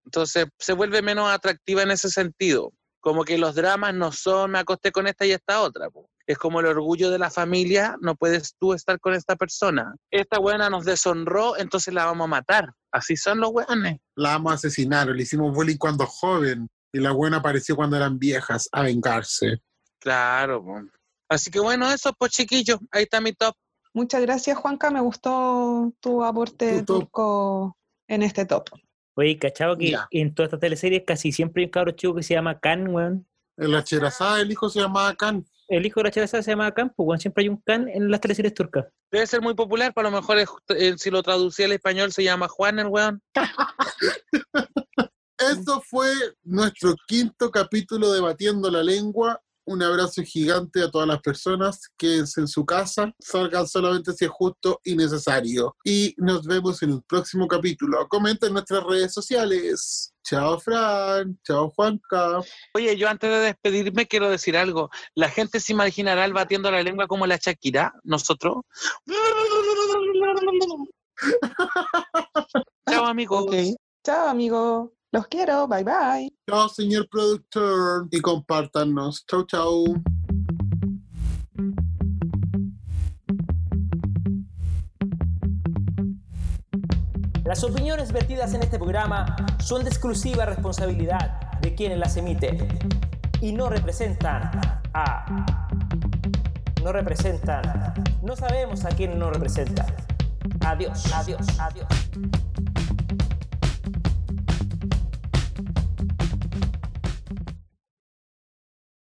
Entonces se vuelve menos atractiva en ese sentido. Como que los dramas no son, me acosté con esta y esta otra. po. Es como el orgullo de la familia, no puedes tú estar con esta persona. Esta buena nos deshonró, entonces la vamos a matar. Así son los weones. *laughs* La amo asesinaron, le hicimos bullying cuando joven y la buena apareció cuando eran viejas a vengarse. Claro. po. Así que bueno, eso pues chiquillos, ahí está mi top. Muchas gracias, Juanca. Me gustó tu aporte Tu top. turco en este top. Oye, cachado que Ya. en todas estas teleseries casi siempre hay un cabro chico que se llama Khan, weón. En la Cherazada el hijo se llamaba Can. El hijo de la Charazada se llama Khan, pues, weón. Siempre hay un Khan en las teleseries turcas. Debe ser muy popular, pero a lo mejor es- eh, si lo traducía al español se llama Juan el weón. Eso fue nuestro quinto capítulo de Batiendo la Lengua. Un abrazo gigante a todas las personas. Quédense en su casa. Salgan solamente si es justo y necesario. Y nos vemos en el próximo capítulo. Comenta en nuestras redes sociales. Chao, Fran. Chao, Juanca. Oye, yo antes de despedirme quiero decir algo. La gente se imaginará el batiendo la lengua como la Shakira, nosotros. Chao, amigos. Ok. Chao, amigo. Los quiero. Bye, bye. Chao, señor productor. Y compártanos. Chao, chao. Las opiniones vertidas en este programa son de exclusiva responsabilidad de quienes las emiten y no representan a... No representan. No sabemos a quién no representan. Adiós, adiós, adiós.